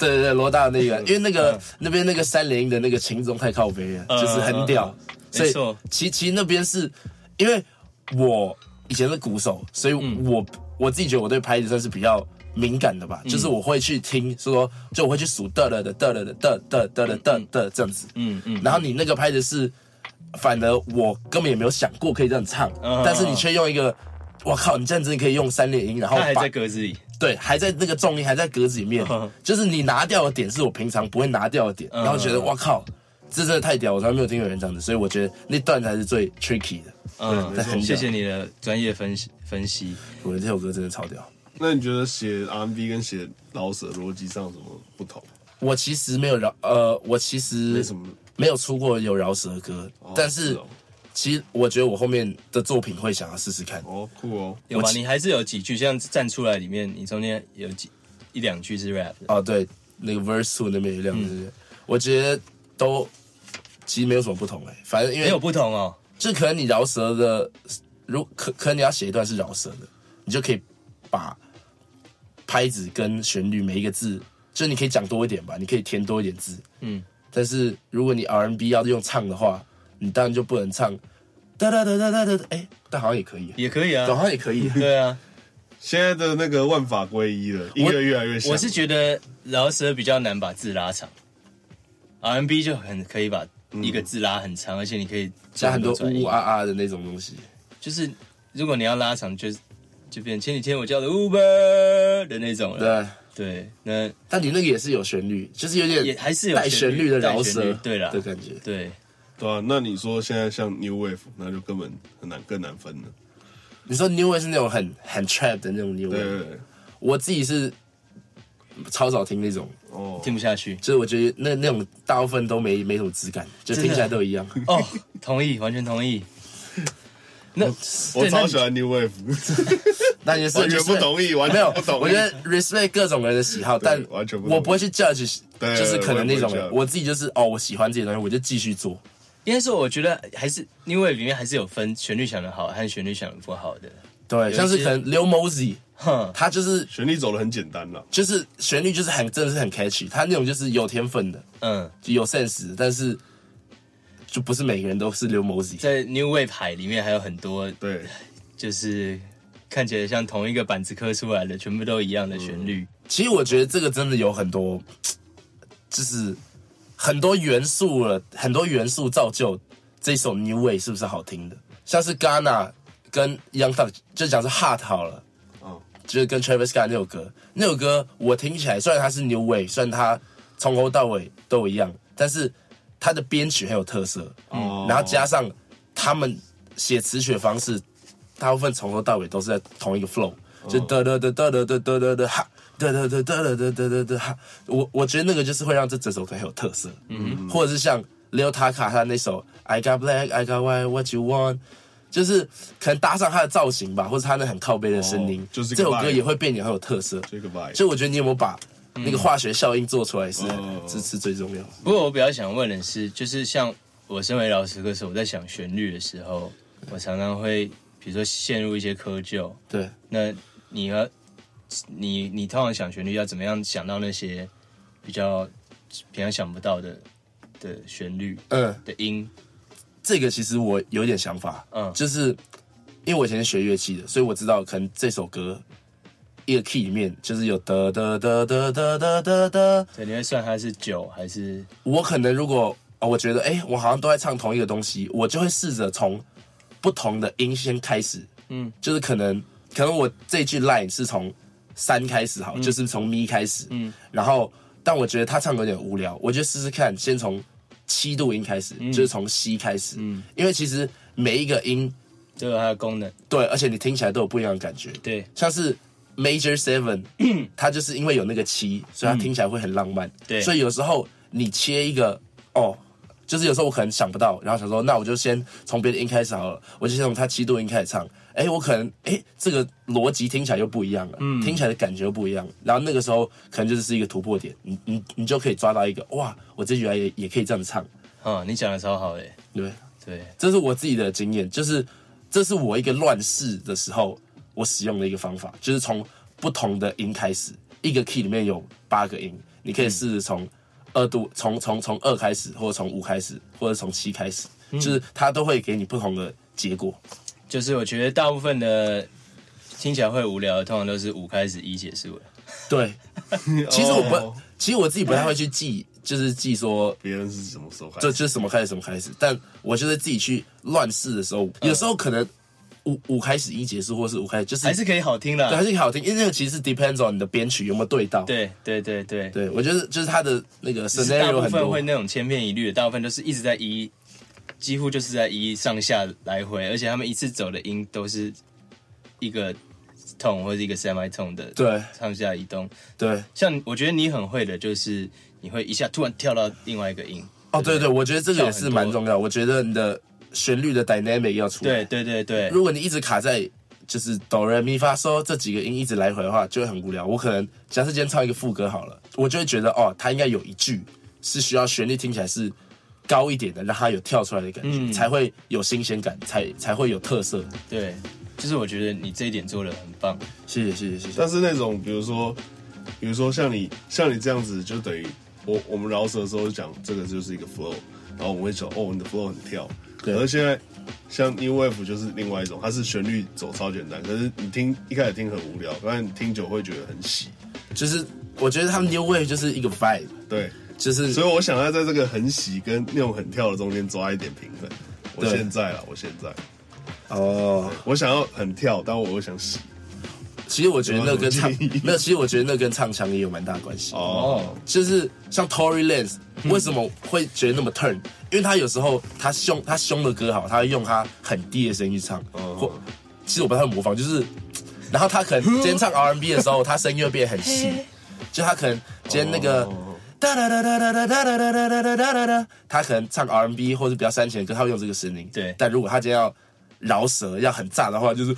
Speaker 4: 对对对，罗大那
Speaker 2: 嗯
Speaker 4: 个，因为那个、那边那个三连音的那个琴中太靠背了，
Speaker 2: 嗯
Speaker 4: 就是很屌，所
Speaker 2: 没
Speaker 4: 以
Speaker 2: 错
Speaker 4: 其其实那边是因为我以前是鼓手，所以
Speaker 2: 嗯
Speaker 4: 我、我自己觉得我对拍子算是比较。敏感的
Speaker 2: 嗯
Speaker 4: 吧，就是我会去听，说就我会去数的了的的了的的的的的的的这样子，
Speaker 2: 嗯嗯
Speaker 4: 然后你那个拍的是，反而我根本也没有想过可以这样唱，
Speaker 2: 嗯
Speaker 4: 但是你却用一个，我靠，你这样子可以用三连音，然后
Speaker 2: 他还
Speaker 4: 把
Speaker 2: 在格子里。
Speaker 4: 对，还在那个重音还在格子
Speaker 3: [LAUGHS]
Speaker 4: 里面
Speaker 2: 嗯，
Speaker 4: 就是你拿掉的点是我平常不会拿掉的点，
Speaker 2: 嗯
Speaker 4: 然后觉得哇靠，这真的太屌，我从来没有听过有人这样子，所以我觉得那段才是最 tricky 的，对没
Speaker 2: 嗯，
Speaker 4: 错
Speaker 2: 谢谢你的专业分析分析。
Speaker 4: 我觉得这首歌真的超屌。
Speaker 3: 那你觉得写 R&B 跟写老舍逻辑上有什么不同？
Speaker 4: 我其实没有饶，呃，我其实没
Speaker 3: 什么
Speaker 4: 有出过有饶舌歌，但是
Speaker 3: 是哦
Speaker 4: 其实我觉得我后面的作品会想要试试看，
Speaker 3: 哦，酷哦，
Speaker 2: 有吗？
Speaker 4: 其
Speaker 2: 你还是有几句，像站出来里面，你中间有几一两句是 rap 的。
Speaker 4: 哦，对，那个 verse two 那边有两
Speaker 3: 嗯
Speaker 4: 个，我觉得都其实没有什么不同哎、反正因
Speaker 2: 没
Speaker 4: 为
Speaker 2: 有不同哦，
Speaker 4: 就可能你饶舌的，如可可能你要写一段是饶舌的，你就可以把拍子跟旋律每一个字，就你可以讲多一点吧，你可以填多一点字，
Speaker 2: 嗯，
Speaker 4: 但是如果你 R&B 要用唱的话，你当然就不能唱哒哒哒哒哒哒，哎，但好像也可以，
Speaker 2: 也可以啊 [LAUGHS]
Speaker 4: 对，好。像也可以，
Speaker 2: 对啊，
Speaker 3: 现在的那个万法归一了，音乐越来越像。
Speaker 2: 我是觉得饶舌比较难把字拉长，R&B 就很可以把一个字拉很长，而且你可以
Speaker 4: 加很多
Speaker 2: 转
Speaker 4: 呜
Speaker 2: 音
Speaker 4: 呜啊啊的那种东西。
Speaker 2: 就是如果你要拉长，就是就变成前几天我叫的 Uber 的那种了。
Speaker 4: 对，啊
Speaker 2: 对，那
Speaker 4: 但你那个也是有旋律，就是有点
Speaker 2: 也还是有
Speaker 4: 带旋律的饶
Speaker 2: 带旋
Speaker 4: 舌
Speaker 2: 律，对啦
Speaker 4: 的感觉。
Speaker 2: 对，
Speaker 3: 对啊，那你说现在像 New Wave，那就根本很难更难分了。
Speaker 4: 你说 New Wave 是那种很很 trap 的那种 New
Speaker 3: 对
Speaker 4: Wave，
Speaker 3: 对对，
Speaker 4: 我自己是超少听那种，
Speaker 3: 哦，
Speaker 2: 听不下去。
Speaker 4: 就是我觉得那那种大部分都没没什么质感，就
Speaker 2: 真的
Speaker 4: 听起来都一样。
Speaker 3: [LAUGHS]
Speaker 2: 哦，同意，完全同意。那
Speaker 3: 我
Speaker 2: 对那
Speaker 3: 超
Speaker 2: 你
Speaker 3: 喜欢 New Wave，
Speaker 4: [LAUGHS]
Speaker 3: [LAUGHS]
Speaker 4: 但也是
Speaker 3: 完全
Speaker 4: respect-
Speaker 3: 不同意完全
Speaker 4: 没有
Speaker 3: 不同意
Speaker 4: 我觉得 respect 各种人的喜好，但
Speaker 3: 完全不同意
Speaker 4: 我不会去 judge，
Speaker 3: 对
Speaker 4: 就是可能那种
Speaker 3: 我也不会
Speaker 4: 人，
Speaker 3: judge
Speaker 4: 我自己就是哦，我喜欢这些东西，我就继续做。
Speaker 2: 应该说，我觉得还是因为里面还是有分旋律想的好和旋律想的不好的。
Speaker 4: 对，
Speaker 2: 些
Speaker 4: 像是可能 Lil Mosey，
Speaker 2: 哼，
Speaker 4: 他就是
Speaker 3: 旋律走的很简单啦。
Speaker 4: 就是旋律就是很真的是很 catchy，他那种就是有天分的，
Speaker 2: 嗯，
Speaker 4: 就有 sense，的但是就不是每个人都是 Lil Mosey。
Speaker 2: 在 New Wave 海里面还有很多，
Speaker 3: 对，
Speaker 2: 就是看起来像同一个板子刻出来的，全部都一样的旋律。
Speaker 3: 嗯
Speaker 4: 其实我觉得这个真的有很多，就是很多元素了，很多元素造就这首 New Way 是不是好听的？像是 Ghana 跟 Young Thug，就讲是 Hot 好了，
Speaker 3: 哦，
Speaker 4: 就是跟 Travis Scott 那首歌，那首歌我听起来虽然它是 New Way，虽然它从头到尾都一样，但是它的编曲很有特色，
Speaker 3: 哦
Speaker 4: 嗯然后加上他们写词曲的方式，大部分从头到尾都是在同一个 flow，就得得得得得得得得得哈。得得得得得得得得哈，我我觉得那个就是会让这整首歌很有特色，嗯，或者是像 Lil Taka 他那首 I Got Black I Got White What You Want，就是可能搭上他的造型吧，或者他那很靠背的声音
Speaker 3: 哦，就是
Speaker 4: 这
Speaker 3: 个
Speaker 4: 首
Speaker 3: vibe
Speaker 4: 歌也会变得很有特色。
Speaker 3: 这个 vibe，
Speaker 4: 所以我觉得你有没有把那个化学效应做出来是
Speaker 3: 哦
Speaker 4: 这是最重要的。
Speaker 2: 不过我比较想问的是，就是像我身为老师歌手，我在想旋律的时候，我常常会比如说陷入一些窠臼。
Speaker 4: 对，
Speaker 2: 那你要你你通常想旋律要怎么样想到那些比较平常想不到的的旋律
Speaker 4: 嗯，
Speaker 2: 的音？
Speaker 4: 这个其实我有点想法，
Speaker 2: 嗯
Speaker 4: 就是因为我以前是学乐器的，所以我知道可能这首歌一个 key 里面就是有得得得得得得得得，
Speaker 2: 对，你会算它是九还是
Speaker 4: 我可能如果哦，我觉得哎、诶我好像都在唱同一个东西，我就会试着从不同的音先开始，
Speaker 2: 嗯
Speaker 4: 嗯，就是可能可能我这句 line 是从三开始好，就是从咪开始，嗯，然后但我觉得他唱有点无聊，我就试试看，先从七度音开始，就是从西开始，嗯，因为其实每一个音
Speaker 2: 都有它的功能？
Speaker 4: 对，而且你听起来都有不一样的感觉，
Speaker 2: 对
Speaker 4: 像是 Major Seven，它就是因为有那个七，所以它听起来会很浪漫。
Speaker 2: 对
Speaker 4: 所以有时候你切一个哦，就是有时候我可能想不到，然后想说，那我就先从别的音开始好了，我就先从它七度音开始唱。哎，我可能哎，这个逻辑听起来又不一样了，听起来的感觉又不一样。然后那个时候可能就是一个突破点，你你你就可以抓到一个哇，我这句来也也可以这样唱，
Speaker 2: 啊、你讲的超好诶。
Speaker 4: 对不对？
Speaker 2: 对，
Speaker 4: 这是我自己的经验，就是这是我一个乱试的时候我使用的一个方法，就是从不同的音开始，一个 key 里面有八个音，你可以试着从二度从从从二开始，或者从五开始，或者从七开始，就是它都会给你不同的结果。
Speaker 2: 就是我觉得大部分的听起来会无聊的，通常都是五开始一结束了。
Speaker 4: 对，其实我不，
Speaker 3: 哦
Speaker 4: 其实我自己不太会去记，就是记说
Speaker 3: 别人是什么时候开
Speaker 4: 这
Speaker 3: 始？
Speaker 4: 就是什么开始什么开始，但我就是自己去乱试的时候，有时候可能五五开始一结束，或是五开始就是
Speaker 2: 还是可以好听啦
Speaker 4: 对，。还是好听，因为那个其实 depends on 你的编曲有没有对到。，
Speaker 2: 对对对对，
Speaker 4: 对我觉得就是他的那个
Speaker 2: 只是大
Speaker 4: scenario
Speaker 2: 部
Speaker 4: 很
Speaker 2: 分
Speaker 4: 多
Speaker 2: 会。那种千篇一律的，大部分都是一直在一，几乎就是在一上下来回，而且他们一次走的音都是一个 tone 或者一个 semi tone 的
Speaker 4: 对
Speaker 2: 上下移动。
Speaker 4: 对，
Speaker 2: 像我觉得你很会的就是你会一下突然跳到另外一个音。
Speaker 4: 哦对对，我觉得这个也
Speaker 2: 跳
Speaker 4: 是
Speaker 2: 很多
Speaker 4: 蛮重要。我觉得你的旋律的 dynamic 要出
Speaker 2: 对，
Speaker 4: 来。
Speaker 2: 对对对，
Speaker 4: 如果你一直卡在就是哆来咪发嗦这几个音一直来回的话，就会很无聊。我可能假设今天唱一个副歌好了，我就会觉得哦，它应该有一句是需要旋律听起来是高一点的，让它有跳出来的感觉，
Speaker 2: 嗯
Speaker 4: 才会有新鲜感，才才会有特色。
Speaker 2: 对，就是我觉得你这一点做的很棒。
Speaker 4: 谢谢谢谢谢谢。
Speaker 3: 但是那种比如说，比如说像你像你这样子，就等于我我们饶舌的时候就讲这个就是一个 flow，然后我们会讲哦，你的 flow 很跳。
Speaker 4: 对
Speaker 3: 可是现在像 New Wave 就是另外一种，它是旋律走超简单，可是你听一开始听很无聊，但是你听久会觉得很喜。
Speaker 4: 就是我觉得他们 New Wave 就是一个 vibe，
Speaker 3: 对，
Speaker 4: 就是
Speaker 3: 所以我想要在这个很喜跟那种很跳的中间抓一点平衡。我
Speaker 4: 对
Speaker 3: 现在啦，我现在
Speaker 4: 哦，
Speaker 3: 我想要很跳，但我又想喜。
Speaker 4: 其实我觉得那跟唱
Speaker 3: 有没有建议
Speaker 4: 那其实我觉得那跟唱腔也有蛮大关系。
Speaker 3: 哦，
Speaker 4: 就是像 Tory Lanez
Speaker 2: 嗯
Speaker 4: 为什么会觉得那么 turn？因为他有时候他凶他凶的歌好，他会用他很低的声音去唱，
Speaker 2: 哦
Speaker 4: 或其实我不太会模仿，就是，然后他可能今天唱 R&B 的时候，他声音又变很细，就他可能今天那个。
Speaker 2: 哦
Speaker 4: 哒哒哒哒哒哒哒哒哒哒哒哒哒哒，他可能唱 R&B 或者比较煽情的歌，他会用这个声音。
Speaker 2: 对
Speaker 4: 但如果他今天要饶舌、要很炸的话，就是，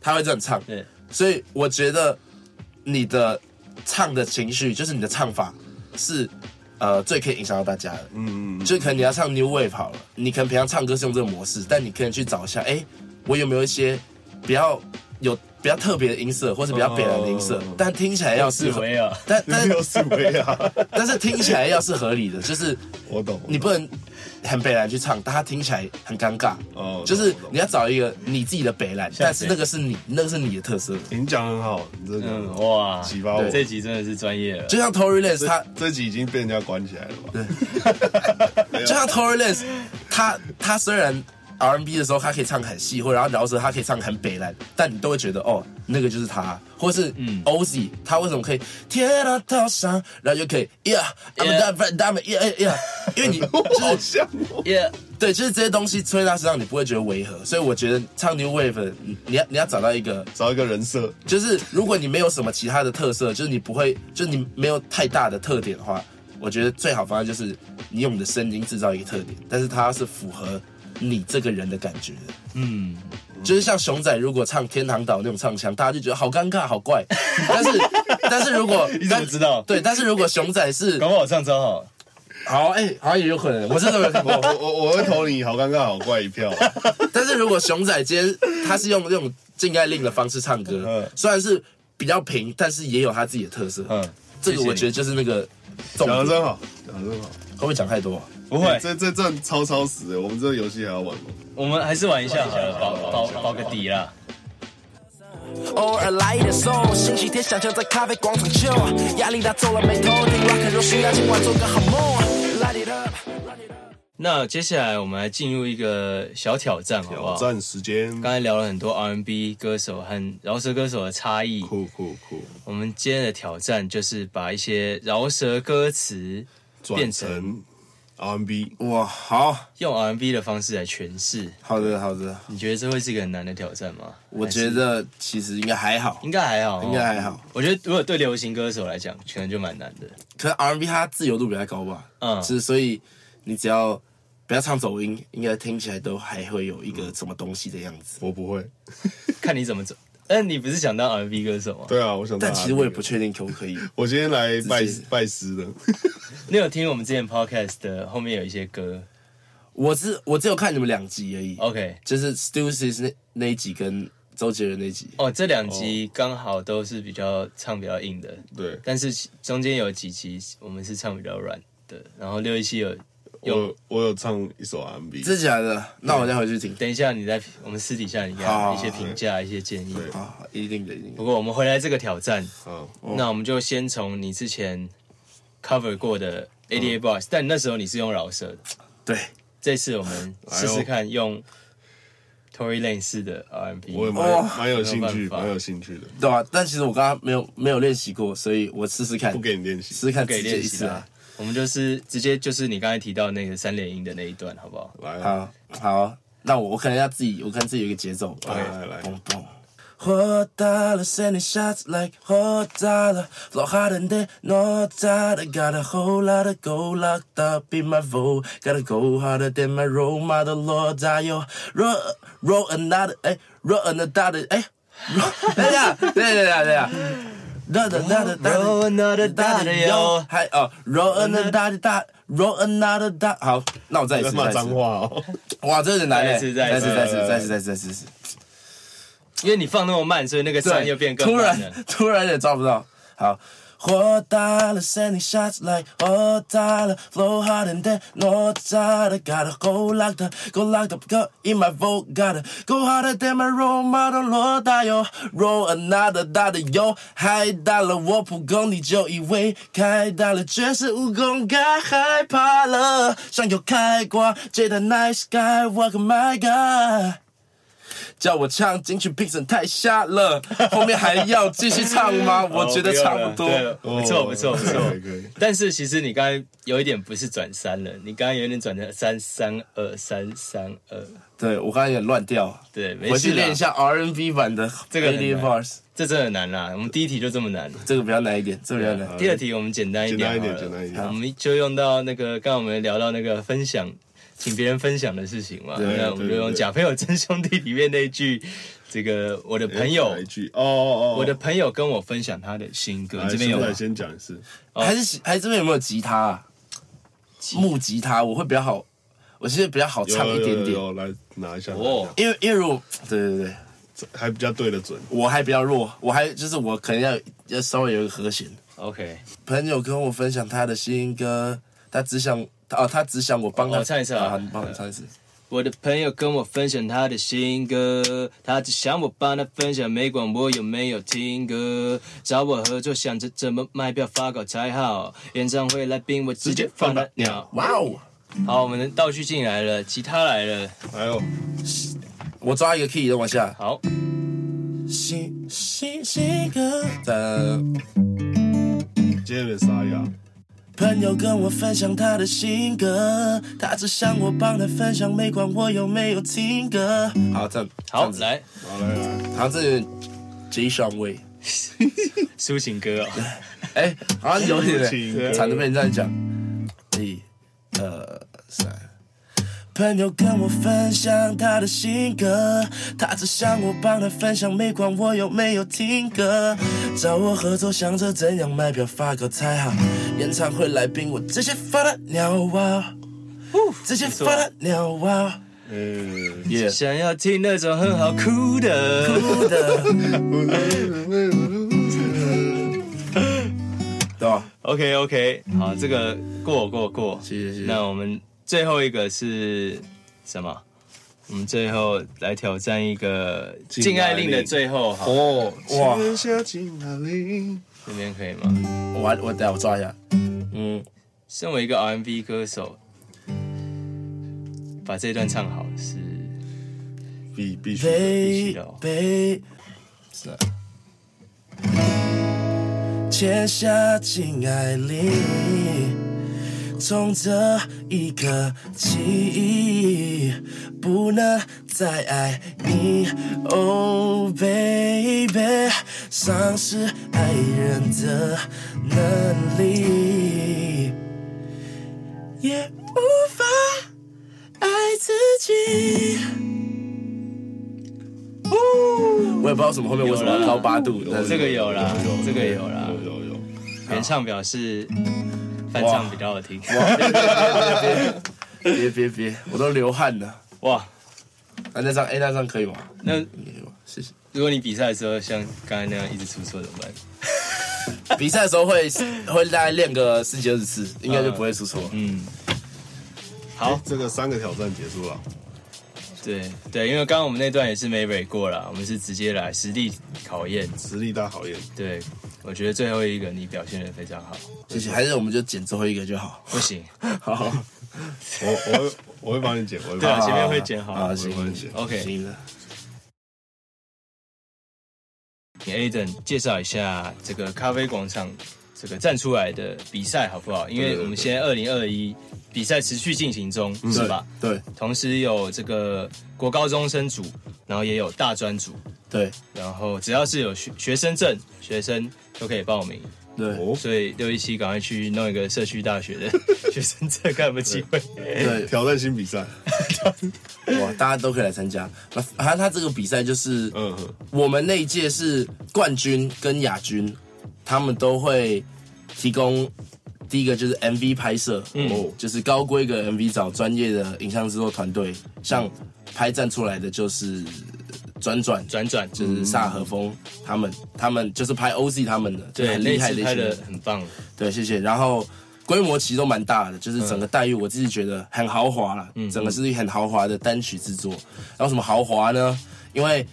Speaker 4: 他会这样唱。
Speaker 2: 对，
Speaker 4: 所以我觉得你的唱的情绪，就是你的唱法是呃最可以影响到大家的。嗯嗯，就可能你要唱 New Wave 好了，你可能平常唱歌是用这个模式，但你可以去找一下，哎，我有没有一些比较有比较特别的音色，或是比较北蓝的音色，
Speaker 3: 哦
Speaker 4: 但听起来要是合
Speaker 2: 有维
Speaker 3: 啊
Speaker 2: 尔
Speaker 3: [LAUGHS]
Speaker 4: 但但
Speaker 3: 六十维啊，
Speaker 4: 但是听起来要是合理的，就是
Speaker 3: 我懂。
Speaker 4: 你不能很北蓝去唱，但它听起来很尴尬。
Speaker 3: 哦
Speaker 4: 就是
Speaker 3: 懂懂
Speaker 4: 你要找一个你自己的北蓝，但是那个是你那个是你的特色。
Speaker 3: 你讲得很好，你这
Speaker 2: 嗯，
Speaker 3: 个
Speaker 2: 哇，
Speaker 3: 启发我
Speaker 2: 这集真的是专业了。
Speaker 4: 就像 Tory Lanez 他
Speaker 3: 这这集已经被人家关起来了吧？
Speaker 4: 就像 Tory Lanez，他他虽然 R&B 的时候他可以唱很细，或者然后饶舌他可以唱很北蓝，但你都会觉得哦，那个就是他，或是 Ozzy，、他为什么可以天到头上，然后就可以哎 Yeah，I'm
Speaker 2: Yeah
Speaker 4: that bad damn Yeah Yeah，因为你
Speaker 3: [LAUGHS] 好
Speaker 4: 就是
Speaker 3: 像哦
Speaker 2: 耶，
Speaker 4: 对，就是这些东西吹到身上，你不会觉得违和，所以我觉得唱 New Wave，的你你要你要找到一个
Speaker 3: 找一个人设，
Speaker 4: 就是如果你没有什么其他的特色，就是你不会，就是你没有太大的特点的话，我觉得最好方案就是你用你的声音制造一个特点，但是它是符合你这个人的感觉的。
Speaker 2: 嗯，
Speaker 4: 就是像熊仔如果唱《天堂岛》那种唱腔，大家就觉得好尴尬、好
Speaker 2: [LAUGHS]
Speaker 4: 怪。但是，但是如果
Speaker 2: 你怎么知道
Speaker 4: 对，但是如果熊仔是
Speaker 2: 搞不好我唱超好。
Speaker 4: 好，哎、好像也有可能，我真的没有看
Speaker 3: 我
Speaker 4: 过。
Speaker 2: [LAUGHS]
Speaker 3: 我我会投你好尴尬好怪一票。
Speaker 4: 但是如果熊仔今天他是用那种禁爱令的方式唱歌
Speaker 2: 嗯，
Speaker 4: 虽然是比较平，但是也有他自己的特色。
Speaker 2: 嗯，
Speaker 4: 这个我觉得就是那个重
Speaker 3: 讲
Speaker 4: 点
Speaker 3: 得。真好，讲得真好。
Speaker 4: 会不会讲太多、啊？
Speaker 2: 不会，
Speaker 3: 这这阵超超死的，我们这个游戏还要玩吗？
Speaker 2: 我们还是玩一下好了，保保保个底啦。
Speaker 5: 偶尔来一点松，星期天想象在咖啡广场 chill，压力大皱了眉头，听 rock and roll 需要今晚做个好梦。Light it up。
Speaker 2: 那接下来我们来进入一个小挑战，好不
Speaker 3: 挑
Speaker 2: 好？
Speaker 3: 战时间，
Speaker 2: 刚才聊了很多 R&B 歌手和饶舌歌手的差异，
Speaker 3: 酷酷酷，
Speaker 2: 我们今天的挑战就是把一些饶舌歌词
Speaker 3: 转
Speaker 2: 变成
Speaker 3: 成 R&B，
Speaker 4: 哇，好
Speaker 2: 用 R&B 的方式来诠释。
Speaker 4: 好的好的，
Speaker 2: 你觉得这会是一个很难的挑战吗？
Speaker 4: 我
Speaker 2: 还是
Speaker 4: 觉得其实应该还好，
Speaker 5: 嗯
Speaker 2: 应该还好、哦
Speaker 4: 应该还。好。
Speaker 2: 我觉得如果对流行歌手来讲，可能就蛮难的。
Speaker 4: 可能 R&B 它自由度比较高吧，
Speaker 2: 嗯
Speaker 4: 是所以你只要不要唱走音，应该听起来都还会有一个什么东西的样子。
Speaker 3: 我不会。
Speaker 2: 看你怎么走。但你不是想当 R&B 歌手吗？
Speaker 3: 对啊，
Speaker 5: 嗯
Speaker 3: 我想打 R&B
Speaker 4: 但
Speaker 3: 的。
Speaker 4: 其实我也不确定可不可以。
Speaker 3: 我今天来拜
Speaker 4: 自己
Speaker 3: 拜师的， [LAUGHS]
Speaker 2: 你有听我们之前 podcast 的后面有一些歌
Speaker 4: 我只我只有看你们两集而已
Speaker 5: 哦
Speaker 2: ？OK，
Speaker 4: 就是 Stussy 那那一集跟周杰伦那一集。
Speaker 2: 哦，这两集刚好都是比较唱比较硬的，
Speaker 3: 对，
Speaker 2: 但是其中间有几集我们是唱比较软的。然后六一七有有，
Speaker 3: 我我有唱一首 R&B，
Speaker 4: 真的假的？那我再回去听。
Speaker 2: 等一下你在我们私底下你给
Speaker 4: 好
Speaker 2: 他
Speaker 4: 好
Speaker 2: 一些评价、一些建议。
Speaker 3: 对
Speaker 4: 啊，一定的，一定
Speaker 2: 不
Speaker 4: 的。
Speaker 2: 过我们回来这个挑战，
Speaker 3: 啊，
Speaker 2: 那我们就先从你之前 cover 过的
Speaker 4: 嗯
Speaker 2: ADA Boss，、但那时候你是用饶舌的，
Speaker 4: 对，
Speaker 2: 这次我们试试看用 Tory Lane 式的 R&B。
Speaker 3: 我也蛮
Speaker 4: 哇
Speaker 3: 蛮有兴
Speaker 2: 哦没
Speaker 3: 趣，
Speaker 2: 有办法
Speaker 3: 蛮有兴趣的，
Speaker 4: 对啊，但其实我刚刚没有没有练习过，所以我试试看。
Speaker 3: 不给你练习
Speaker 4: 试。试看
Speaker 2: 给
Speaker 4: 直接
Speaker 2: 练
Speaker 4: 一
Speaker 2: 习
Speaker 4: 次啊
Speaker 2: 啦。。我们就是直接就是你刚才提到那个三连音的那一段，好不好？
Speaker 3: 来啊，
Speaker 4: 好好，那我我可能要自己，我可能自己有一个节奏。呃
Speaker 3: 来来来
Speaker 4: 嘣嘣。火大了，sending shots like 火大了，flow harder than no doubt. Got a whole lot of gold locked up in my vault. Gotta go harder than my role model, Lord. I yo roll roll another，哎，roll another，哎，roll，等一下，等一下，等一下。da da da da
Speaker 2: Roll another da da yo
Speaker 4: 还哦，roll another da da roll another da，好，那我再一
Speaker 3: 在
Speaker 4: 次，
Speaker 3: 骂
Speaker 4: 再一
Speaker 3: 脏
Speaker 4: 次。
Speaker 3: 话哦，
Speaker 4: 哇，这有点难
Speaker 2: 再
Speaker 4: 哎！
Speaker 2: 一次
Speaker 4: 再
Speaker 2: 再一
Speaker 4: 次，
Speaker 2: 次呃
Speaker 4: 再次，再次，再次，再次，
Speaker 2: 因为你放那么慢，所以那个
Speaker 4: 对，
Speaker 2: 三又变更
Speaker 4: 突
Speaker 2: 慢了
Speaker 4: 然。突然也抓不到。好，火大了，sending shots like 火大了，flow hard and then 落炸了，got a whole lot of go locked up go in my vote got a go harder than my role model 落大哟，roll another 大的哟，嗨大了我普攻你就以为开大了，绝世武功该害怕了，像有开挂，J 的 nice guy，walk my guy。叫我唱进去，评审太瞎
Speaker 2: [LAUGHS]
Speaker 4: 了，后面还要继续唱吗？我
Speaker 3: 哦
Speaker 4: 觉得差不多。
Speaker 2: 对， [LAUGHS] 哦不错不错不错
Speaker 3: 可以可以。
Speaker 2: 但是其实你刚才有一点不是转三了，你刚刚有点转成三三二三三二，
Speaker 4: 对我刚才也乱掉，
Speaker 2: 对，没
Speaker 4: 回
Speaker 2: 事
Speaker 4: 去
Speaker 2: 啦
Speaker 4: 练一下 R N B 版的
Speaker 2: 这个
Speaker 4: l
Speaker 2: 很
Speaker 4: a
Speaker 2: 难
Speaker 4: Bars，
Speaker 2: 这真的很难啦。我们第一题就这么难。
Speaker 4: 这个比较难一点，这个比较难。
Speaker 2: 第二题我们简单一点好了，
Speaker 3: 简单一点简单一点
Speaker 2: 好我们就用到那个刚刚我们聊到那个分享，请别人分享的事情嘛。那我们就
Speaker 3: 对对
Speaker 2: 用《假朋友真兄弟》里面那一句，这个我的朋友
Speaker 3: 哪一，句哦哦哦，
Speaker 2: 我的朋友跟我分享他的新歌，
Speaker 3: 来
Speaker 2: 这边有
Speaker 3: 兄
Speaker 2: 吗
Speaker 3: 仔先讲一次，
Speaker 2: 哦
Speaker 4: 还是还是这边有没有吉他、啊？木吉他我会比较好，我现在比较好
Speaker 3: 有
Speaker 4: 唱一
Speaker 3: 有
Speaker 4: 点
Speaker 3: 有
Speaker 4: 点，
Speaker 3: 有来拿一下，
Speaker 2: 哦
Speaker 4: 因为因为如果对对对，
Speaker 3: 还比较对得准。
Speaker 4: 我还比较弱，我还就是我可能要要稍微有一个和弦。
Speaker 2: ？OK，
Speaker 4: 朋友跟我分享他的新歌，他只想哦，他只想我帮他、
Speaker 2: 哦唱一次啊
Speaker 4: 你帮我唱一次。
Speaker 2: 我的朋友跟我分享他的新歌，他只想我帮他分享，没管我有没有听歌。找我合作，想着怎么卖票发稿才好。演唱会来宾我直接放他鸟。
Speaker 4: 哇哦，
Speaker 2: 好，我们的道具进来了，吉他来了，
Speaker 3: 还有
Speaker 4: 我抓一个 key 再往下。
Speaker 2: 好。
Speaker 4: 新新新歌的
Speaker 3: 今天的沙哑，
Speaker 4: 朋友跟我分享他的新歌，他只想我帮他分享，没管我有没有听歌。好，这样
Speaker 2: 好，，来
Speaker 3: 好来来，
Speaker 4: 好像这有点 J 上位，
Speaker 2: 抒情歌哦，
Speaker 4: 哎、好像有点、
Speaker 3: 抒情歌
Speaker 4: 惨的被你这样讲。一、二、三。朋友跟我分享他的新歌，他只想我帮他分享，没管我有没有听歌。找我合作，想着怎样卖票发稿才好。演唱会来宾，我直接发他鸟啊，直接发他鸟啊，
Speaker 3: 嗯，
Speaker 4: 耶、
Speaker 2: 想要听那种很好哭的，
Speaker 4: 哭 [LAUGHS] 的，对吧？
Speaker 2: OK OK，好，这个过过过，
Speaker 4: 谢谢谢谢
Speaker 2: 那我们最后一个是什么？我们最后来挑战一个《禁爱令》的最后，好，
Speaker 3: 哦，
Speaker 4: 哇
Speaker 3: 天下进哪里？
Speaker 2: 这边可以吗？
Speaker 4: 我玩我等下我抓一下，嗯，
Speaker 2: 身为一个 R&B 歌手，把这段唱好是
Speaker 3: 必必须的，
Speaker 2: 须
Speaker 4: 背
Speaker 2: 的哦
Speaker 4: 背，是啊，签下禁爱令。从这一刻起，不能再爱你，Oh baby，丧失爱人的能力，也无法爱自己。我也不知道什么后面为什么高八度，但是
Speaker 2: 这个有啊啦
Speaker 3: 有有，
Speaker 2: 这个有啦，
Speaker 3: 有有有，
Speaker 2: 原唱表示翻唱比较好听，
Speaker 4: 别别别，我都流汗了。
Speaker 2: 哇，
Speaker 4: 那那张哎，那张可以吗？
Speaker 2: 那
Speaker 4: 可以吗？谢谢。
Speaker 2: 如果你比赛的时候像刚才那样一直出错怎么办？
Speaker 4: 比赛的时候会会大概练个十几二十次，应该就不会出错。
Speaker 2: 嗯，好，
Speaker 3: 这个三个挑战结束了，
Speaker 2: 对对，因为刚刚我们那段也是没蕊过啦，我们是直接来实地考验。
Speaker 3: 实力
Speaker 2: [LAUGHS]
Speaker 3: 大考验。
Speaker 2: 对，我觉得最后一个你表现的非常好，
Speaker 4: 谢谢，还是我们就剪最后一个就好。
Speaker 2: 不行，
Speaker 4: 好，
Speaker 3: 我我会我会帮你剪，我会
Speaker 2: 对啊，
Speaker 3: 帮你
Speaker 2: 前面会剪好
Speaker 4: 好，。
Speaker 3: 剪，
Speaker 4: 行
Speaker 3: 我会帮你剪。
Speaker 2: OK，
Speaker 4: 行了。
Speaker 2: 你 Aden 介绍一下这个咖啡广场这个站出来的比赛好不好？因为我们现在二零二一比赛持续进行中，是吧？
Speaker 4: 对
Speaker 2: 同时有这个国高中生组，然后也有大专组，
Speaker 4: 对
Speaker 2: 然后只要是有学学生证，学生都可以报名。
Speaker 4: 对
Speaker 3: 哦，
Speaker 2: 所以六一七赶快去弄一个社区大学的 [LAUGHS] 学生证，看有没有机会。
Speaker 4: 对，
Speaker 3: 挑战新比赛，
Speaker 4: 哇，大家都可以来参加。那好像他这个比赛就是，
Speaker 3: 嗯哼，
Speaker 4: 我们那一届是冠军跟亚军，他们都会提供第一个就是 MV 拍摄，
Speaker 2: 嗯
Speaker 3: 嗯
Speaker 4: 哦，就是高规格 MV 找专业的影像制作团队，像拍站出来的就是转转
Speaker 2: 转转就
Speaker 4: 就是萨和风他们，他们就是拍 OZ 他们的，就是
Speaker 2: 对，
Speaker 4: 很
Speaker 2: 那
Speaker 4: 厉害的
Speaker 2: 次
Speaker 4: 一
Speaker 2: 拍
Speaker 4: 群
Speaker 2: 的
Speaker 4: 人。
Speaker 2: 很棒，
Speaker 4: 对，谢谢。然后规模其实都蛮大的，
Speaker 2: 嗯
Speaker 4: 就是整个待遇我自己觉得很豪华了，整个是一个很豪华的单曲制作。然后什么豪华呢？因为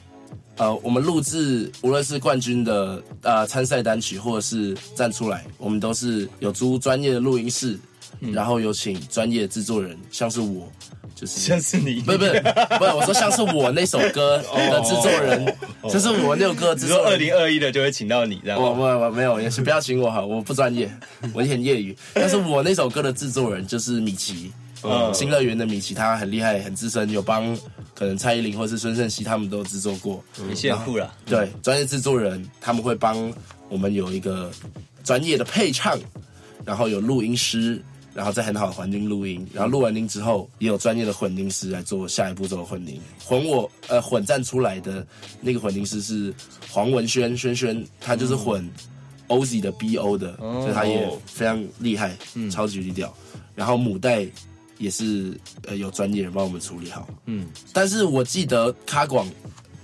Speaker 4: 呃，我们录制无论是冠军的呃参赛单曲，或者是站出来，我们都是有租专业的录音室，
Speaker 2: 嗯
Speaker 4: 然后有请专业制作人，像是我，就是
Speaker 2: 像是你，
Speaker 4: 不是不是不是，我说像是我那首
Speaker 2: [LAUGHS]
Speaker 4: 歌的制作人，就是我哦那首歌的
Speaker 2: 只
Speaker 4: 制
Speaker 2: 哦说
Speaker 4: 作
Speaker 2: 二
Speaker 4: 人。
Speaker 2: 零二一的就会请到你这样
Speaker 4: [LAUGHS] 我
Speaker 2: 吗，
Speaker 4: 我我没有，也是不要请我哈，我不专业，我也很业余。但是我那首歌的制作人就是米奇，
Speaker 2: 嗯
Speaker 4: 新乐园的米奇，他很厉害，很资深，有帮可能蔡依林或是孙盛熙他们都制作过。
Speaker 2: 你现酷了，
Speaker 4: 对，专业制作人他们会帮我们有一个专业的配唱，然后有录音师，然后在很好的环境录音，然后录完音之后也有专业的混音师来做下一步骤的混音。混我呃混战出来的那个混音师是黄文轩，轩轩他就是混 OZ 的 BO 的，所以他也非常厉害，超级低调。然后母带也是呃有专业人帮我们处理好，嗯。但是我记得卡广。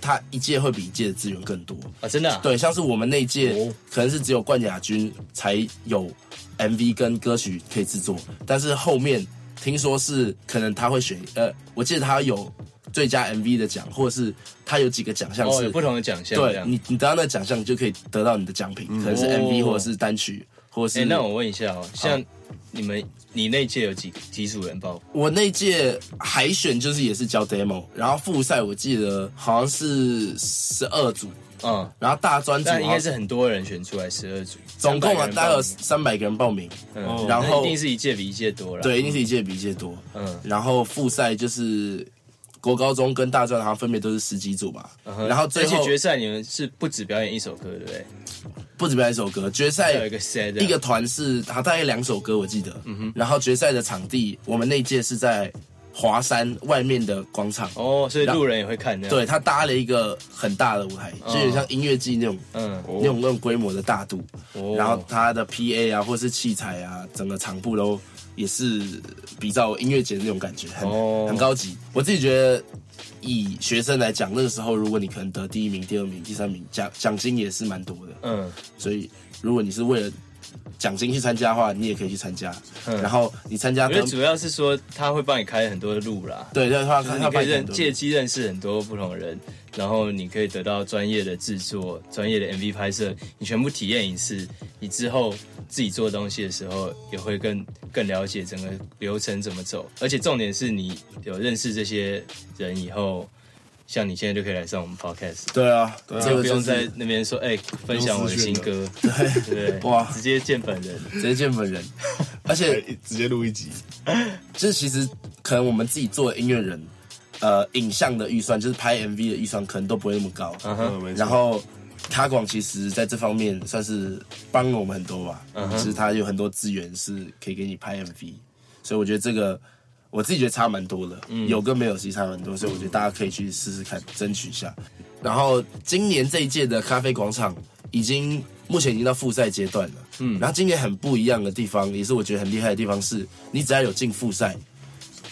Speaker 4: 他一届会比一届的资源更多，
Speaker 2: 啊，真的啊，
Speaker 4: 对，像是我们那一届、
Speaker 2: 哦
Speaker 4: 可能是只有冠亚军才有 MV 跟歌曲可以制作，但是后面听说是可能他会选，呃，我记得他有最佳 MV 的奖，或者是他有几个奖项
Speaker 2: 哦，
Speaker 4: 是、
Speaker 2: 有不同的奖项，这
Speaker 4: 对
Speaker 2: 样。
Speaker 4: 你你得到那个奖项，你就可以得到你的奖品，可能是 MV
Speaker 2: 哦
Speaker 4: 或者是单曲，或者
Speaker 2: 哎、
Speaker 4: 是
Speaker 2: 那我问一下哦，像你们你那届有几几组人报？
Speaker 4: 我那届海选就是也是教 demo，然后复赛我记得好像是十二组，
Speaker 2: 嗯，
Speaker 4: 然后大专组
Speaker 2: 那应该
Speaker 4: 好像
Speaker 2: 是很多人选出来十二组，
Speaker 4: 总共啊，
Speaker 2: 300个人报
Speaker 4: 大概有
Speaker 2: 名
Speaker 4: 三百个人报名，
Speaker 2: 嗯，
Speaker 4: 然
Speaker 2: 那
Speaker 4: 后
Speaker 2: 一定是一届比一届多了。
Speaker 4: 对，一定是一届比一届多。
Speaker 2: 嗯
Speaker 4: 然后复赛就是国高中跟大专好像分别都是十几组吧。
Speaker 2: 嗯，
Speaker 4: 然后最
Speaker 2: 而且
Speaker 4: 后
Speaker 2: 决赛你们是不止表演一首歌，对不对？
Speaker 4: 不止表演一首歌，决
Speaker 2: 还
Speaker 4: 赛
Speaker 2: 有一个 set，嗯
Speaker 4: 一个团是好大概两首歌我记得。然后决赛的场地，我们那届是在华山外面的广场。
Speaker 2: 哦，所以
Speaker 4: 然后
Speaker 2: 路人也会看的。
Speaker 4: 对，他搭了一个很大的舞台，就有点像音乐季那种。
Speaker 2: 嗯，
Speaker 4: 那种那种规模的大度，
Speaker 2: 哦
Speaker 4: 然后它的 PA 啊，或是器材啊，整个场部都也是比较音乐节的那种感觉，很、
Speaker 2: 哦
Speaker 4: 很高级。我自己觉得，以学生来讲，那个时候如果你可能得第一名、第二名、第三名，奖奖金也是蛮多的。
Speaker 2: 嗯，
Speaker 4: 所以如果你是为了奖金去参加的话，你也可以去参加。
Speaker 2: 嗯
Speaker 4: 然后你参加
Speaker 2: 我觉
Speaker 4: 得
Speaker 2: 得主要是说他会帮你开很多的路啦，
Speaker 4: 对，对，他
Speaker 2: 就是
Speaker 4: 他
Speaker 2: 你可
Speaker 4: 办
Speaker 2: 以
Speaker 4: 很
Speaker 2: 认
Speaker 4: 多
Speaker 2: 借机认识很多不同的人，然后你可以得到专业的制作、专业的 MV 拍摄，你全部体验一次，你之后自己做东西的时候也会更更了解整个流程怎么走，而且重点是你有认识这些人以后，像你现在就可以来上我们 podcast。
Speaker 4: 对啊，这
Speaker 2: 就
Speaker 4: 个
Speaker 2: 不
Speaker 4: 就
Speaker 2: 用
Speaker 4: 是
Speaker 2: 在那边说，哎、分享我的新歌，对对，
Speaker 4: 哇
Speaker 2: 直接见本人，
Speaker 4: 直接见
Speaker 2: [LAUGHS]
Speaker 4: 本人，而且
Speaker 3: 哎直接录一集，
Speaker 4: 就是其实可能我们自己做的音乐人，呃，影像的预算就是拍 MV 的预算可能都不会那么高。
Speaker 2: 嗯
Speaker 3: 嗯，
Speaker 2: 哼，
Speaker 3: 没错
Speaker 4: 然后卡广其实在这方面算是帮了我们很多吧，
Speaker 2: 嗯哼
Speaker 4: 就是他有很多资源是可以给你拍 MV，所以我觉得这个我自己觉得差蛮多的，有跟没有其实差蛮多，所以我觉得大家可以去试试看，争取一下。然后今年这一届的咖啡广场已经目前已经到复赛阶段了，嗯，然后今年很不一样的地方，也是我觉得很厉害的地方是，你只要有进复赛，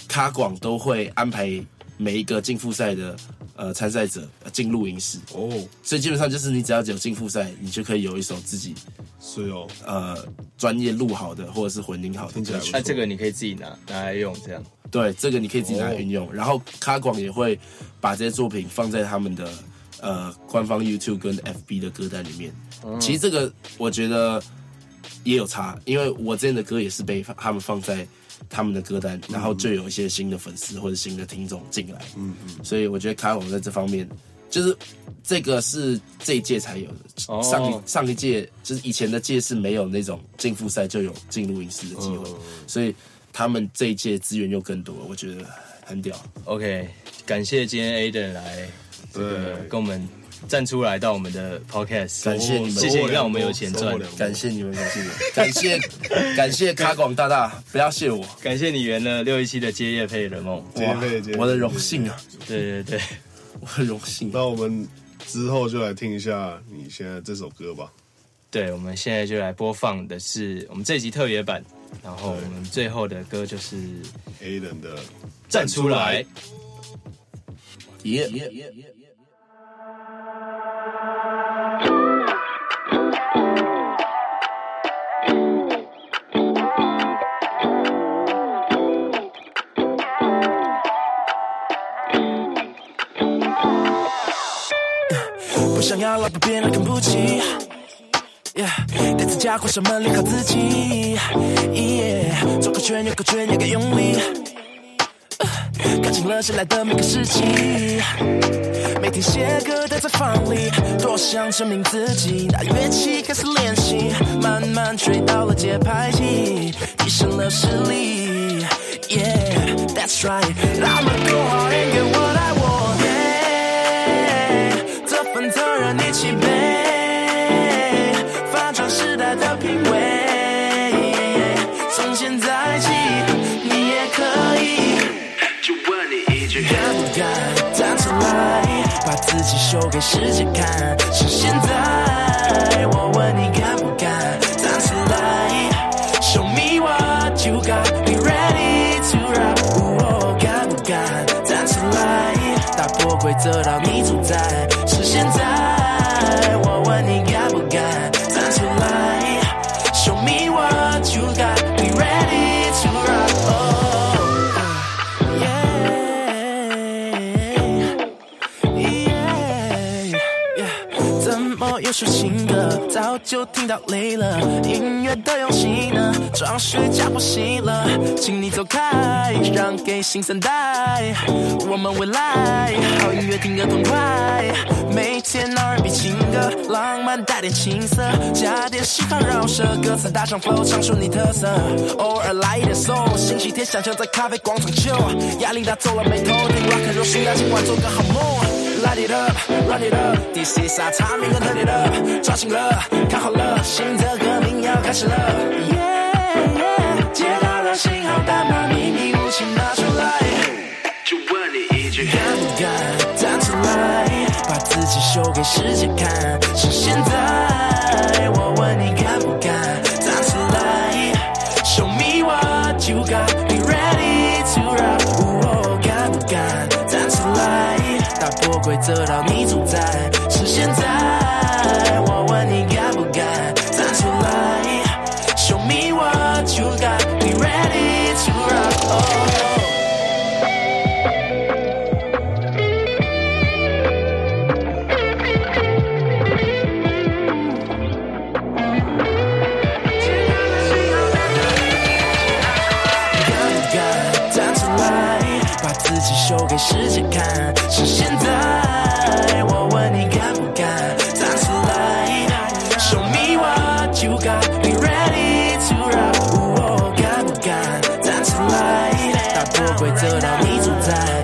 Speaker 4: 咖广都会安排每一个进复赛的呃参赛者呃进录音室，
Speaker 3: 哦，
Speaker 4: 所以基本上就是你只要有进复赛，你就可以有一首自己
Speaker 3: 是哦，
Speaker 4: 呃专业录好的或者是混音好的
Speaker 3: 听起
Speaker 4: 歌
Speaker 3: 来
Speaker 4: 曲
Speaker 2: 那、。这个你可以自己拿拿来用，这样，
Speaker 4: 对，这个你可以自己拿来运用。然后卡广也会把这些作品放在他们的呃官方 YouTube 跟 FB 的歌单里面。其实这个我觉得也有差，因为我之前的歌也是被他们放在他们的歌单，然后就有一些新的粉丝或者新的听众进来。嗯嗯。所以我觉得卡广在这方面。就是这个是这一届才有
Speaker 2: 哦
Speaker 4: 的，上一上一届就是以前的届是没有那种进复赛就有进录音室的机会，所以他们这一届资源又更多，我觉得很屌。
Speaker 2: OK，感谢今天 Aden 来这个
Speaker 3: 对
Speaker 2: 跟我们站出来到我们的 Podcast，
Speaker 4: 感谢你们
Speaker 2: 谢谢你让我们有钱
Speaker 3: 收获
Speaker 2: 赚，
Speaker 3: 良多
Speaker 4: 感谢你们，感谢你们，感谢感谢卡广大大，不要谢我，
Speaker 2: 感谢你圆了六一七的接业配的梦，
Speaker 3: 接费接费
Speaker 4: 我的荣幸啊，
Speaker 2: 对对对，
Speaker 4: 我的荣幸。啊
Speaker 3: 那我们之后就来听一下你现在这首歌吧。
Speaker 2: 对，我们现在就来播放的是我们这集特别版，然后我们最后的歌就是
Speaker 3: A 人的
Speaker 2: 站出来。
Speaker 4: 耶耶耶耶耶
Speaker 1: I
Speaker 5: 不想要老被别人看不起。Yeah, 电子加快什么离好自己？Yeah, 转个圈，绕个圈，也该用力。呃看清了谁来的每个时期，每天写歌待在房里，多想证明自己。拿乐器开始练习，慢慢追到了节拍器，提升了实力。Yeah, that's right，那么多好人给我爱我。Yeah，这份责任一起背，反转时代的品味。从现在起，你也可以。勇敢站起来，把自己秀给世界看。是现在，我问你敢不敢站起来？Show me what you got, be ready to rock。哦敢不敢站起来？打破规则让你主宰。是现在，我问你敢不敢站起来？Show me what you got, be ready to rock。哦。耶耶耶！怎么又是新歌？早就听到累了，音乐的勇气呢？装睡觉不醒了，请你走开，让给新三代，我们未来。好音乐听得痛快，每天 R&B 情歌，浪漫带点情色，加点西方饶舌，歌词搭上 flow，唱出你特色。偶尔来一点 soul，星期天想象在咖啡广场 chill，压力大皱了眉头，听 rock and roll，需要今晚做个好梦。Light it up, run it up, this is our time, we gon' turn it up。抓紧了，看好了，新的革命要开始了。Yeah, yeah，接到了信号，但把秘密武器拿出来。就问你一句，敢不敢站起来，把自己秀给世界看？是现在，我问你敢不敢站起来？Show me what you got, be ready to rock。哦，敢不敢站起来？打破规则让你主宰，是现在。我问你敢不敢站出来？Show me what you got, be ready to rock。哦。敢不敢站出来，把自己秀给世界看？是现在，我问你敢不敢站出来？Show me what you got, be ready to oh, rock。哦，敢不敢站出来？打破规则让你主宰。